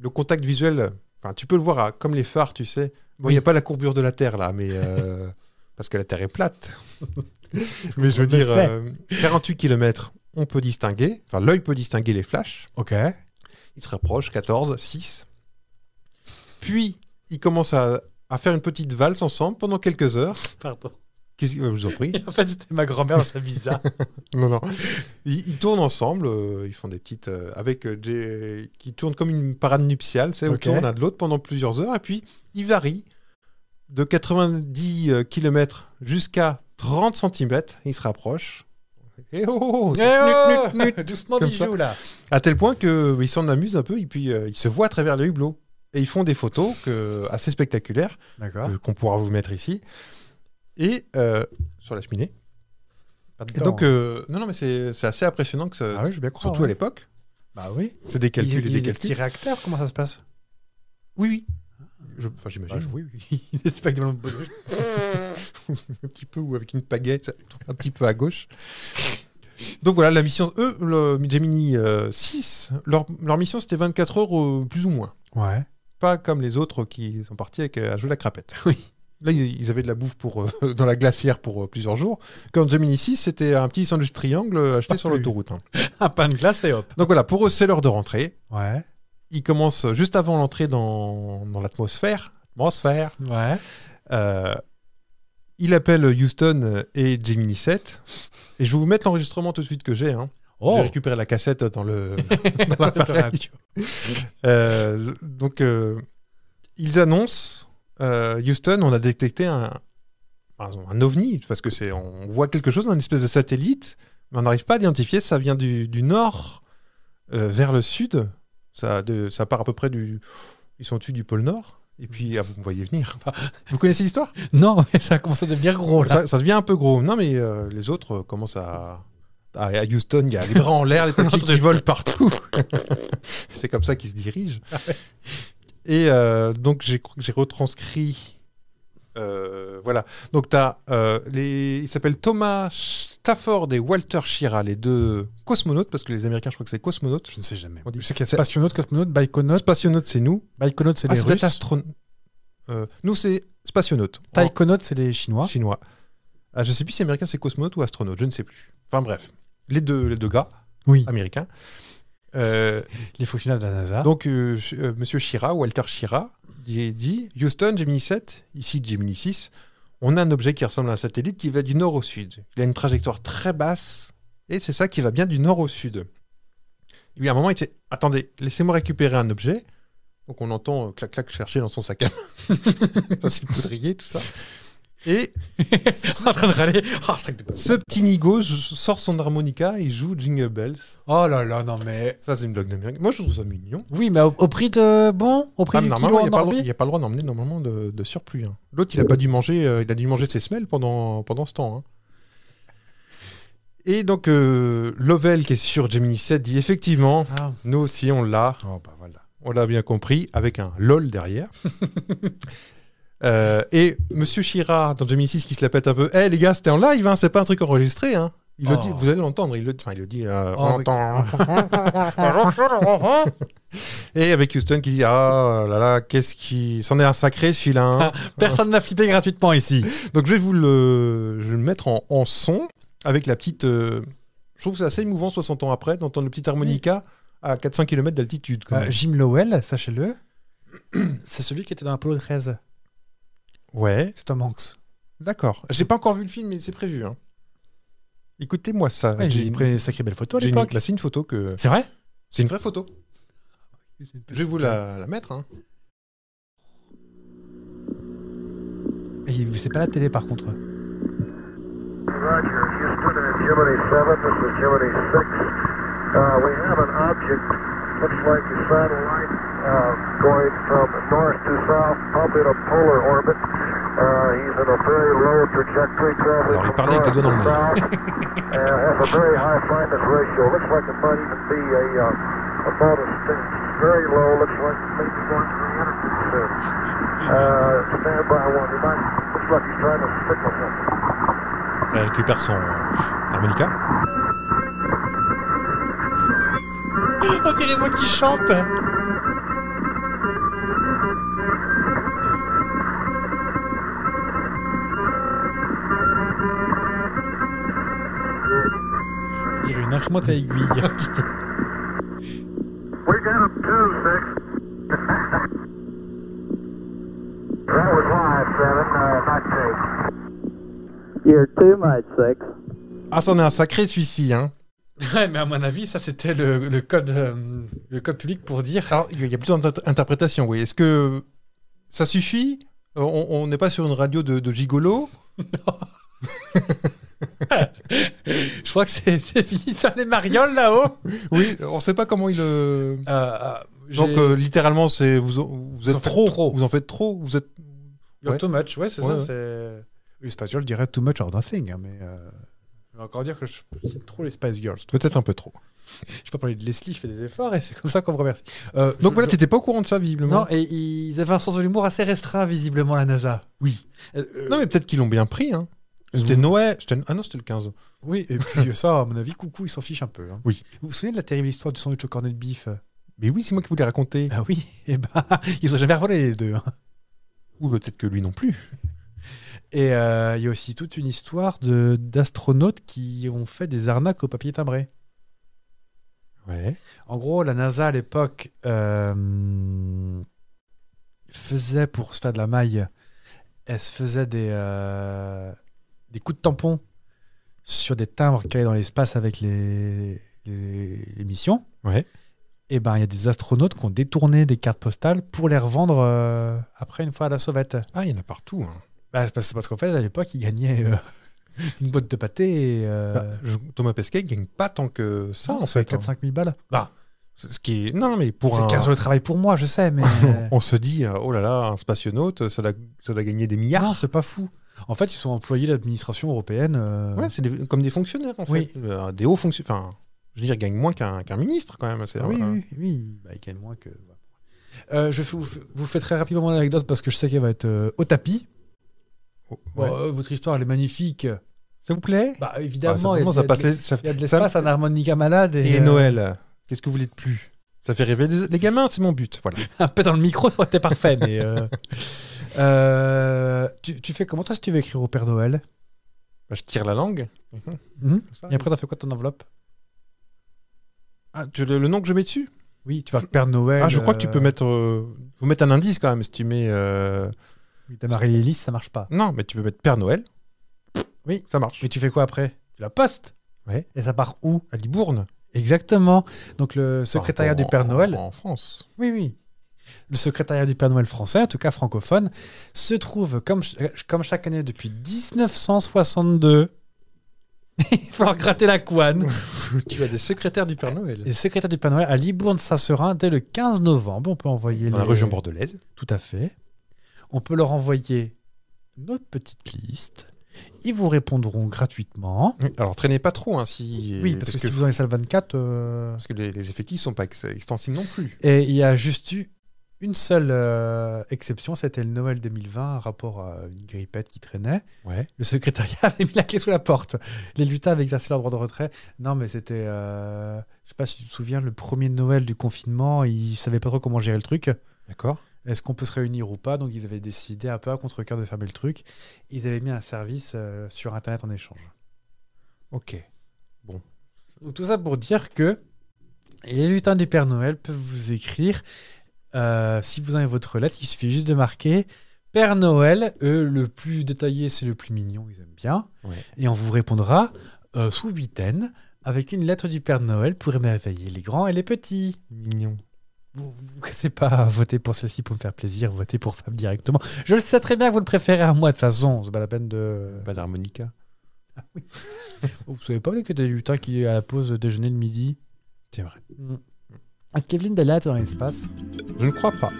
Speaker 2: le contact visuel, enfin, tu peux le voir à- comme les phares, tu sais. Bon, il n'y a pas la courbure de la Terre là, mais euh, parce que la Terre est plate. mais je veux
Speaker 1: le
Speaker 2: dire,
Speaker 1: sait.
Speaker 2: euh, 48 km, on peut distinguer, enfin l'œil peut distinguer les flashs.
Speaker 1: Ok.
Speaker 2: Il se rapproche, 14, 6. Puis ils commencent à, à faire une petite valse ensemble pendant quelques heures.
Speaker 1: Pardon.
Speaker 2: Qu'est-ce que- euh, je vous en prie.
Speaker 1: En fait, c'était ma grand-mère dans sa visa.
Speaker 2: Non, non. Ils, ils tournent ensemble, euh, ils font des petites. euh, avec euh, des- qui tournent comme une parade nuptiale, c'est
Speaker 1: Ok.
Speaker 2: autour l'un de l'autre pendant plusieurs heures, et puis ils varient de 90 euh, km jusqu'à 30 cm, ils se rapprochent. Et
Speaker 1: Eh
Speaker 2: oh, oh, oh, nut, nut, nut.
Speaker 1: Doucement,
Speaker 2: Comme
Speaker 1: bijou, là.
Speaker 2: À tel point qu'ils s'en amusent un peu, et puis euh, ils se voient à travers le hublot. Et ils font des photos que- euh, assez spectaculaires
Speaker 1: D'accord.
Speaker 2: que- qu'on pourra vous mettre ici. Et euh, sur la cheminée.
Speaker 1: Pas de
Speaker 2: Et
Speaker 1: dents,
Speaker 2: donc,
Speaker 1: hein.
Speaker 2: euh, non, non, mais c'est c'est assez impressionnant que ça.
Speaker 1: Ah oui, je veux bien croire.
Speaker 2: Surtout à
Speaker 1: ouais.
Speaker 2: l'époque,
Speaker 1: Bah oui.
Speaker 2: c'est des calculs
Speaker 1: Il
Speaker 2: et
Speaker 1: y a
Speaker 2: des
Speaker 1: des petits
Speaker 2: calculs.
Speaker 1: réacteurs, comment ça se passe
Speaker 2: Oui, oui. Je- Enfin, j'imagine.
Speaker 1: Bah, Oui, oui. Il pas que des ballons de baudruche.
Speaker 2: un petit peu ou avec une baguette, un petit peu à gauche. Donc voilà, la mission, eux, le Gemini euh, 6, leur, leur mission c'était 24 heures euh, plus ou moins.
Speaker 1: Ouais.
Speaker 2: Pas comme les autres qui sont partis avec, euh, à jouer la crapette.
Speaker 1: Oui.
Speaker 2: Là, ils ils avaient de la bouffe pour, euh, dans la glacière pour euh, plusieurs jours. Comme Gemini 6, c'était un petit sandwich triangle euh, acheté
Speaker 1: Pas
Speaker 2: sur
Speaker 1: plus.
Speaker 2: l'autoroute. hein.
Speaker 1: Un pain de glace et hop.
Speaker 2: Donc voilà, pour eux, c'est l'heure de rentrer.
Speaker 1: Ouais.
Speaker 2: Ils commencent euh, juste avant l'entrée dans, dans l'atmosphère. Atmosphère.
Speaker 1: Ouais.
Speaker 2: Euh, il appelle Houston et Gemini 7. Et je vais vous mettre l'enregistrement tout de suite que j'ai. hein. J'ai
Speaker 1: Oh,
Speaker 2: récupéré la cassette dans le dans l'appareil. Euh, le- donc euh, ils annoncent euh, Houston, on a détecté un pardon, un ovni parce que c'est on voit quelque chose, une espèce de satellite, mais on n'arrive pas à l'identifier. Ça vient du, du nord euh, vers le sud. Ça de- ça part à peu près du ils sont au-dessus du pôle nord. Et puis ah, vous me voyez venir. vous connaissez l'histoire
Speaker 1: non, mais ça commence à devenir gros là.
Speaker 2: ça, ça devient un peu gros. Non, mais euh, les autres euh, commencent à. À à Houston, il y a les bras en l'air, les pompiers qui volent partout. c'est comme ça qu'ils se dirigent. Et euh, donc, j'ai j'ai retranscrit. euh, voilà. Donc, tu as. les... Il s'appelle Thomas Stafford et Walter Shira, les deux cosmonautes, parce que les Américains, je crois que c'est cosmonautes.
Speaker 1: Je ne sais jamais.
Speaker 2: On dit-
Speaker 1: Je sais qu'il y a
Speaker 2: C'est-
Speaker 1: spationaute, cosmonaute, baïkonaute.
Speaker 2: Spationautes, c'est nous.
Speaker 1: Baïkonaute, c'est
Speaker 2: Ah,
Speaker 1: les
Speaker 2: c'est peut-être
Speaker 1: Russes.
Speaker 2: astron- euh, nous, c'est spationautes. En-
Speaker 1: Taïkonaute, c'est les Chinois.
Speaker 2: chinois. Ah, je sais plus si américain c'est cosmonaute ou astronaute, je ne sais plus. Enfin bref, les deux, les deux gars
Speaker 1: Oui.
Speaker 2: américains. Euh,
Speaker 1: Ah, Les fonctionnaires de la NASA.
Speaker 2: donc, euh, ch- euh, monsieur Shira, Walter Shira, il dit Houston, Gemini 7, ici Gemini 6, on a un objet qui ressemble à un satellite qui va du nord au sud. Il a une trajectoire très basse et c'est ça qui va bien du nord au sud. Et puis à un moment, il dit Attendez, laissez-moi récupérer un objet. Donc on entend euh, clac-clac chercher dans son sac à main. ça, c'est le poudrier, tout ça. Et
Speaker 1: en train de râler. Oh, sac de gosse.
Speaker 2: ce petit nigo j- sort son harmonica et joue Jingle Bells.
Speaker 1: Oh là là, non mais.
Speaker 2: Ça, c'est une blague d'Amérique. Moi, je trouve ça mignon.
Speaker 1: Oui, mais au, au prix de. Bon, au prix
Speaker 2: Ah, mais
Speaker 1: du
Speaker 2: normalement,
Speaker 1: kilo
Speaker 2: il n'y
Speaker 1: en
Speaker 2: a, pas le droit-
Speaker 1: orbite.
Speaker 2: il y a pas le droit d'emmener normalement de, de surplus. hein. L'autre, il a pas dû manger, euh, il a dû manger ses semelles pendant, pendant ce temps. hein. Et donc, euh, Lovell, qui est sur Gemini 7, dit effectivement,
Speaker 1: Ah.
Speaker 2: nous aussi, on l'a.
Speaker 1: Oh bah voilà.
Speaker 2: On l'a bien compris, avec un LOL derrière. Euh, et Monsieur Chira, dans 2006, qui se la pète un peu. Eh les gars, c'était en live, hein, c'est pas un truc enregistré. Hein. Il le
Speaker 1: Oh.
Speaker 2: dit, vous allez l'entendre. Il le, enfin, il le dit. euh,
Speaker 1: Oh,
Speaker 2: on
Speaker 1: mais-
Speaker 2: entend. et avec Houston qui dit Ah là là, qu'est-ce qui. C'en est un sacré celui-là. hein.
Speaker 1: Ah. Personne n'a flippé gratuitement ici.
Speaker 2: Donc je vais vous le, je vais le mettre en, en son avec la petite. euh, Je trouve que c'est assez émouvant 60 ans après d'entendre le petit harmonica à 400 km d'altitude. quand
Speaker 1: Euh,
Speaker 2: même.
Speaker 1: Jim Lowell, sachez-le, c'est celui qui était dans Apollo 13.
Speaker 2: ouais.
Speaker 1: C'est Tom Hanks.
Speaker 2: D'accord. J'ai pas encore vu le film, mais c'est prévu. hein. Écoutez-moi ça.
Speaker 1: Ouais,
Speaker 2: J'ai-
Speaker 1: J'ai pris des sacrées belles photos à
Speaker 2: j'ai une-
Speaker 1: l'époque.
Speaker 2: bah, c'est une photo que.
Speaker 1: C'est vrai
Speaker 2: C'est une vraie photo. Je vais vous la, la mettre. hein.
Speaker 1: Et il- C'est pas la télé par contre.
Speaker 8: Roger, Houston and Jiminy 7, this is Jiminy 6. Uh, we have an object, looks like a satellite, uh, going from north to south, up in a polar orbit. Uh, he's in a very low trajectory, traveling
Speaker 2: Alors, il
Speaker 8: from
Speaker 2: parlait avec les
Speaker 8: north
Speaker 2: doigts
Speaker 8: to
Speaker 2: dans
Speaker 8: south, and has a very high fineness ratio. Looks like it might even be a, uh, a bonus thing. Very low, looks like maybe going to the energy soon. Uh, stand by one, he might, looks like he's trying to signal something.
Speaker 2: Elle récupère son euh, harmonica.
Speaker 1: On dirait moi qui chante On dirait une armoire à aiguille.
Speaker 8: We got him two, six. that was live, seven, uh, not tape.
Speaker 10: You're too much, Six.
Speaker 2: Ah, c'en est un sacré celui-ci. Hein.
Speaker 1: Ouais, mais à mon avis, ça c'était le, le code, euh, le code public pour dire.
Speaker 2: Alors, il y a plusieurs inter- interprétations. Oui. Est-ce que ça suffit Euh, On on n'est pas sur une radio de, de gigolo.
Speaker 1: Je crois que c'est c'est fini de faire les marioles là-haut.
Speaker 2: Oui, on ne sait pas comment il. euh,
Speaker 1: Euh,
Speaker 2: Donc,
Speaker 1: j'ai-
Speaker 2: euh, littéralement, c'est vous, en- vous êtes
Speaker 1: en faites
Speaker 2: trop,
Speaker 1: trop.
Speaker 2: Vous en faites trop. Vous êtes.
Speaker 1: You're
Speaker 2: ouais.
Speaker 1: too much, ouais, c'est
Speaker 2: Ouais,
Speaker 1: ça.
Speaker 2: ouais.
Speaker 1: c'est... Les Spice Girls diraient too much or nothing, hein, mais. euh, Je vais encore dire que je j'aime trop les Spice Girls.
Speaker 2: Peut-être un peu trop.
Speaker 1: Je peux parler de Leslie, je fais des efforts et c'est comme ça qu'on me remercie. Euh,
Speaker 2: Donc
Speaker 1: je-
Speaker 2: voilà,
Speaker 1: je-
Speaker 2: t'étais pas au courant de ça, visiblement.
Speaker 1: Non, et ils avaient un sens de l'humour assez restreint, visiblement, la NASA.
Speaker 2: Oui.
Speaker 1: Euh, euh,
Speaker 2: Non, mais peut-être qu'ils l'ont bien pris. Hein. C'était Noël. c'était- Ah non, c'était le 15.
Speaker 1: Oui, et puis euh, ça, à mon avis, coucou, ils s'en fichent un peu. hein.
Speaker 2: Oui.
Speaker 1: Vous vous souvenez de la terrible histoire du sandwich au cornet de bif
Speaker 2: Mais oui, c'est moi qui voulais raconter.
Speaker 1: Bah oui, et ben, ils ont jamais revolé les deux. hein.
Speaker 2: Ou peut-être que lui non plus.
Speaker 1: Et euh, il y a aussi toute une histoire de, d'astronautes qui ont fait des arnaques au papier timbré.
Speaker 2: Ouais.
Speaker 1: En gros, la NASA à l'époque euh, faisait pour se faire de la maille, elle se faisait des, euh, des coups de tampon sur des timbres qu'elle avait dans l'espace avec les, les, les missions,
Speaker 2: Ouais.
Speaker 1: et ben il y a des astronautes qui ont détourné des cartes postales pour les revendre euh, après une fois à la sauvette.
Speaker 2: Ah, il y en a partout. hein.
Speaker 1: Bah, c'est parce, c'est parce qu'en fait, à l'époque, ils gagnaient euh, une boîte de pâté et euh,
Speaker 2: Bah, je- Thomas Pesquet gagne pas tant que ça, en fait. hein.
Speaker 1: 4-5 000 balles. Bah,
Speaker 2: C'est Ce qui est... Non, mais pour
Speaker 1: c'est
Speaker 2: un...
Speaker 1: 15 jours de travail pour moi, je sais, mais.
Speaker 2: On se dit, euh, oh là là, un spationaute, ça l'a ça l'a gagné des
Speaker 1: non,
Speaker 2: milliards.
Speaker 1: c'est pas fou. En fait, ils sont employés de l'administration européenne. euh,
Speaker 2: Ouais, c'est des- comme des fonctionnaires, en
Speaker 1: Oui.
Speaker 2: fait. Euh, Des hauts fonctionnaires. Enfin, je veux dire, ils gagnent moins qu'un qu'un ministre, quand même. C'est-
Speaker 1: Ah Oui,
Speaker 2: euh,
Speaker 1: oui, oui. Bah, il gagne moins que. Euh, je vous, vous fais très rapidement l'anecdote parce que je sais qu'elle va être euh, au tapis.
Speaker 2: oh, ouais.
Speaker 1: Bon, euh, votre histoire, elle est magnifique.
Speaker 2: Ça vous plaît
Speaker 1: Bah,
Speaker 2: Ah,
Speaker 1: évidemment,
Speaker 2: ça,
Speaker 1: il y
Speaker 2: vraiment,
Speaker 1: a-
Speaker 2: ça
Speaker 1: il y a
Speaker 2: passe
Speaker 1: de-
Speaker 2: les- ça-
Speaker 1: il y a de
Speaker 2: ça-
Speaker 1: l'espace, un harmonica malade et,
Speaker 2: Et
Speaker 1: euh,
Speaker 2: Noël, qu'est-ce que vous voulez de plus Ça fait rêver des- les gamins, c'est mon but. Voilà.
Speaker 1: un peu dans le micro, soit t'es parfait. mais, euh, euh, tu, tu fais comment toi si tu veux écrire au Père Noël
Speaker 2: Bah, Je tire la langue.
Speaker 1: Mhm.
Speaker 2: Comme ça.
Speaker 1: Et après, t'as fait quoi ton enveloppe
Speaker 2: Ah, tu- le, le nom que je mets dessus
Speaker 1: Oui, tu vas le Père Noël.
Speaker 2: Ah, je crois que tu
Speaker 1: euh,
Speaker 2: peux mettre, euh, faut mettre un indice quand même. Si tu mets. euh,
Speaker 1: Démarrer les listes, ça marche pas.
Speaker 2: Non, mais tu peux mettre Père Noël.
Speaker 1: Oui.
Speaker 2: Ça marche.
Speaker 1: Mais tu fais quoi après Tu la postes.
Speaker 2: Ouais.
Speaker 1: Et ça part où
Speaker 2: À Libourne.
Speaker 1: Exactement. Donc le secrétariat
Speaker 2: Enfin,
Speaker 1: du Père
Speaker 2: en-
Speaker 1: Noël.
Speaker 2: En France.
Speaker 1: Oui, oui. Le secrétariat du Père Noël français, en tout cas francophone, se trouve, comme, ch- euh, comme chaque année depuis 1962, il va falloir gratter la couane.
Speaker 2: tu as des secrétaires du Père
Speaker 1: Et
Speaker 2: Noël.
Speaker 1: le secrétaire du Père Noël à Libourne-Saint-Serin dès le 15 novembre. On peut envoyer
Speaker 2: Dans
Speaker 1: les-
Speaker 2: la région bordelaise.
Speaker 1: Tout à fait. On peut leur envoyer notre petite liste. Ils vous répondront gratuitement.
Speaker 2: Oui, Alors traînez pas trop. Hein, si...
Speaker 1: Oui, parce, que, si vous en êtes à le 24, euh,
Speaker 2: parce que les, les effectifs sont pas ex- extensibles non plus.
Speaker 1: Et il y a juste eu une seule euh, exception, c'était le Noël 2020, rapport à une grippette qui traînait.
Speaker 2: Ouais.
Speaker 1: Le secrétariat avait mis la clé sous la porte. Les lutins avaient exercé leur droit de retrait. Non, mais c'était, euh, je sais pas si tu te souviens, le premier Noël du confinement, ils savaient pas trop comment gérer le truc.
Speaker 2: D'accord.
Speaker 1: Est-ce qu'on peut se réunir ou pas Donc ils avaient décidé un peu à contre-cœur de fermer le truc. Ils avaient mis un service euh, sur Internet en échange.
Speaker 2: Ok.
Speaker 1: Donc, tout ça pour dire que les lutins du Père Noël peuvent vous écrire euh, si vous avez votre lettre. Il suffit juste de marquer Père Noël. Eux, le plus détaillé, c'est le plus mignon. Ils aiment bien.
Speaker 2: Ouais.
Speaker 1: Et on vous répondra euh, sous huitaine avec une lettre du Père Noël pour émerveiller les grands et les petits.
Speaker 2: Mignon.
Speaker 1: Vous ne cassez pas à voter pour celle-ci pour me faire plaisir, votez pour Fab directement. Je le sais très bien que vous le préférez à moi de toute façon, c'est pas la peine de...
Speaker 2: Pas d'harmonica.
Speaker 1: Vous savez pas que des lutins qui à la pause déjeuner le midi
Speaker 2: C'est vrai.
Speaker 1: Un Mm. Kevin Delat dans l'espace.
Speaker 2: Je ne crois pas.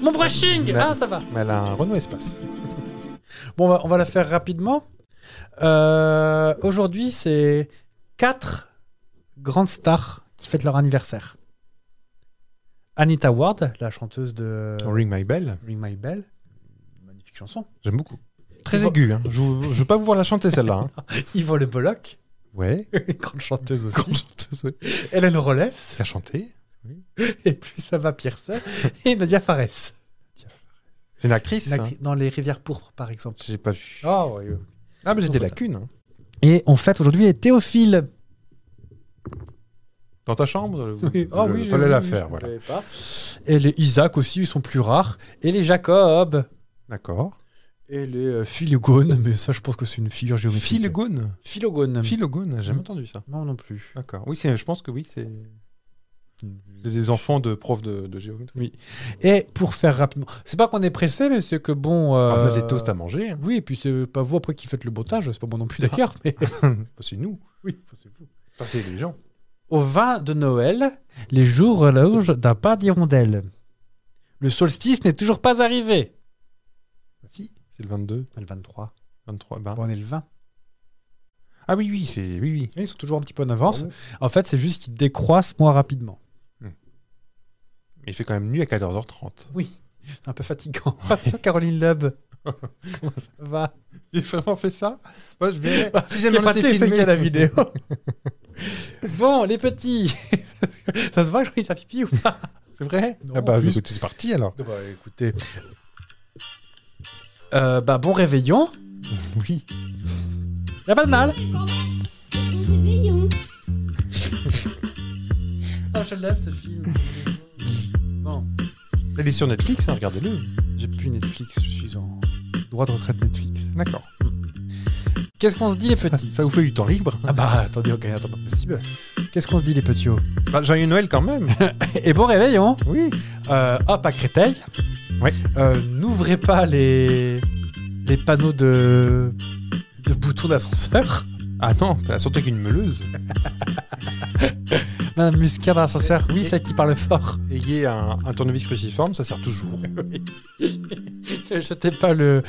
Speaker 1: Mon brushing Ah, ça va
Speaker 2: Mais elle a un Renault Espace.
Speaker 1: Bon, on va, on va la faire rapidement. Euh, Aujourd'hui, c'est quatre grandes stars qui fêtent leur anniversaire. Anita Ward, la chanteuse de
Speaker 2: Ring My Bell.
Speaker 1: Ring My Bell. Magnifique chanson.
Speaker 2: J'aime beaucoup. Très aigu. Hein. Je, je veux pas vous voir la chanter celle-là. hein.
Speaker 1: Yvonne Le Bollock,
Speaker 2: Ouais.
Speaker 1: grande chanteuse aussi.
Speaker 2: Grande chanteuse. ouais.
Speaker 1: Hélène Rollès,
Speaker 2: Faire chanter.
Speaker 1: et puis Sava Pierce, et Nadia Fares.
Speaker 2: C'est une actrice.
Speaker 1: Une actrice Dans Les Rivières Pourpres, par exemple.
Speaker 2: hein. J'ai pas vu.
Speaker 1: Ah, ouais, ouais.
Speaker 2: Ah, mais
Speaker 1: Oh.
Speaker 2: j'ai des lacunes. hein.
Speaker 1: Et on fête aujourd'hui les Théophiles.
Speaker 2: Dans ta chambre vous-
Speaker 1: Ah Oui.
Speaker 2: euh, Fallait la faire, voilà.
Speaker 1: Et les Isaac aussi, ils sont plus rares. Et les Jacob.
Speaker 2: D'accord.
Speaker 1: Et les euh, Philogone, mais ça, je pense que c'est une figure géométrique.
Speaker 2: Philogone.
Speaker 1: Philogone.
Speaker 2: Philogone, j'ai jamais
Speaker 1: Mm.
Speaker 2: entendu ça.
Speaker 1: non, non plus.
Speaker 2: D'accord. Oui, c'est- je pense que oui, c'est c'est des enfants de profs de, de géométrie.
Speaker 1: Et pour faire rapidement, c'est pas qu'on est pressé, mais c'est que bon. euh,
Speaker 2: Alors, Ah, on a des toasts à manger. hein.
Speaker 1: Oui, et puis c'est pas vous après qui faites le montage, c'est pas moi non plus d'ailleurs, mais
Speaker 2: c'est nous.
Speaker 1: oui, c'est vous.
Speaker 2: Enfin, c'est les gens.
Speaker 1: Au vin de Noël, les jours relogent d'un pas d'hirondelle. Le solstice n'est toujours pas arrivé.
Speaker 2: Ah, Si, c'est le 22,
Speaker 1: Ah, Le 23.
Speaker 2: 23. bah.
Speaker 1: on est le 20.
Speaker 2: Ah oui, oui, c'est. Oui, oui.
Speaker 1: Ils sont toujours un petit peu en avance. En fait, c'est juste qu'ils décroissent moins rapidement.
Speaker 2: Mais il fait quand même nuit à 14h30.
Speaker 1: C'est un peu fatigant. Attention, Ah, Caroline Loeb. Comment ça va
Speaker 2: J'ai vraiment fait ça Moi, je vais. si
Speaker 1: J'ai
Speaker 2: jamais on était filmé
Speaker 1: la vidéo. bon, les petits. ça se voit que j'ai envie de faire pipi ou pas
Speaker 2: C'est vrai
Speaker 1: Non,
Speaker 2: Ah bah,
Speaker 1: en plus.
Speaker 2: écoute, c'est parti alors.
Speaker 1: Bah écoutez. Euh, bah bon réveillon.
Speaker 2: Oui.
Speaker 1: Y'a pas de mal. Oh, je lève ce film. Bon.
Speaker 2: Elle est sur Netflix, hein, regardez-le.
Speaker 1: J'ai plus Netflix, je suis en droit de retraite Netflix.
Speaker 2: D'accord.
Speaker 1: Qu'est-ce qu'on se dit les petits
Speaker 2: Ça vous fait du temps libre
Speaker 1: Ah bah attendez, ok, attends, pas possible. Qu'est-ce qu'on se dit les petits hauts
Speaker 2: Bah, Joyeux Noël quand même
Speaker 1: Et bon réveil, hein
Speaker 2: Oui
Speaker 1: Euh, Hop, à Créteil.
Speaker 2: Oui.
Speaker 1: Euh, N'ouvrez pas les... les panneaux de, de boutons d'ascenseur.
Speaker 2: Ah non, t'as surtout qu'une meuleuse.
Speaker 1: Madame Muscat dans l'ascenseur, oui, c'est qui parle fort.
Speaker 2: Ayez un, un tournevis cruciforme, ça sert toujours.
Speaker 1: Jetez pas le,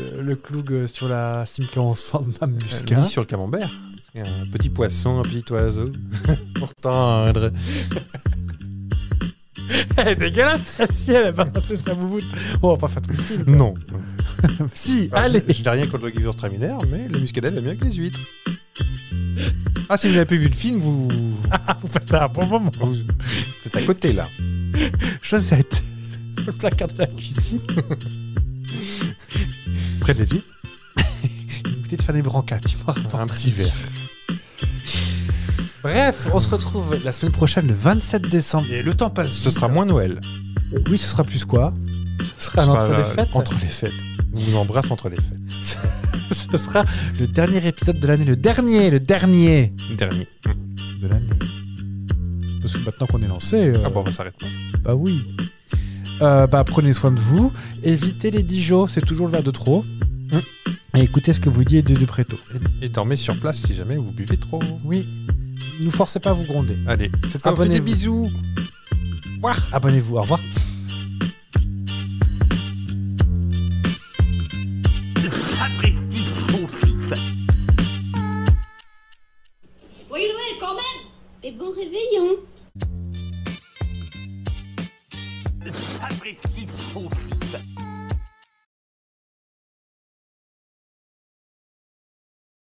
Speaker 1: euh, le cloug sur la cime sang de Madame Muscat.
Speaker 2: Ni Euh, sur le camembert. C'est Un petit poisson, un petit oiseau. Pour tendre.
Speaker 1: Elle est dégueulasse, la fille, elle a balancé sa bouboute. On va pas faire tout le film.
Speaker 2: Non.
Speaker 1: Si,
Speaker 2: Alors,
Speaker 1: allez
Speaker 2: Je, je n'ai rien contre le guivre straminaire, mais le muscadet va bien que les huîtres. Ah, si vous n'avez pas vu le film, vous.
Speaker 1: Vous passez un bon moment.
Speaker 2: vous- C'est à côté là.
Speaker 1: Josette, le placard de la cuisine,
Speaker 2: Près de l'épi,
Speaker 1: une bouteille de Fanny Branca, tu vois.
Speaker 2: un petit verre.
Speaker 1: Bref, on se retrouve la semaine prochaine, le 27 décembre. Et le temps passe.
Speaker 2: Ce
Speaker 1: vite.
Speaker 2: sera moins Noël.
Speaker 1: Oui, ce sera plus quoi Ce sera,
Speaker 2: Ce
Speaker 1: un
Speaker 2: sera,
Speaker 1: entre
Speaker 2: euh,
Speaker 1: les fêtes.
Speaker 2: Entre les fêtes. On vous embrasse entre les fêtes.
Speaker 1: Ce sera le dernier épisode de l'année, le dernier, le dernier
Speaker 2: Dernier.
Speaker 1: de l'année. Parce que maintenant qu'on est lancé, euh,
Speaker 2: Ah bon, on va s'arrêter.
Speaker 1: bah oui. Euh, bah prenez soin de vous, évitez les Dijon, c'est toujours le verre de trop. Hum. Et écoutez ce que vous dit Edu de Préto.
Speaker 2: Et dormez sur place si jamais vous buvez trop.
Speaker 1: Oui, nous forcez pas à vous gronder.
Speaker 2: Allez, cette fois, on fait des
Speaker 1: Abonnez-vous.
Speaker 2: bisous.
Speaker 1: Abonnez-vous, au revoir.
Speaker 3: Joyeux Noël quand même Et bon réveillon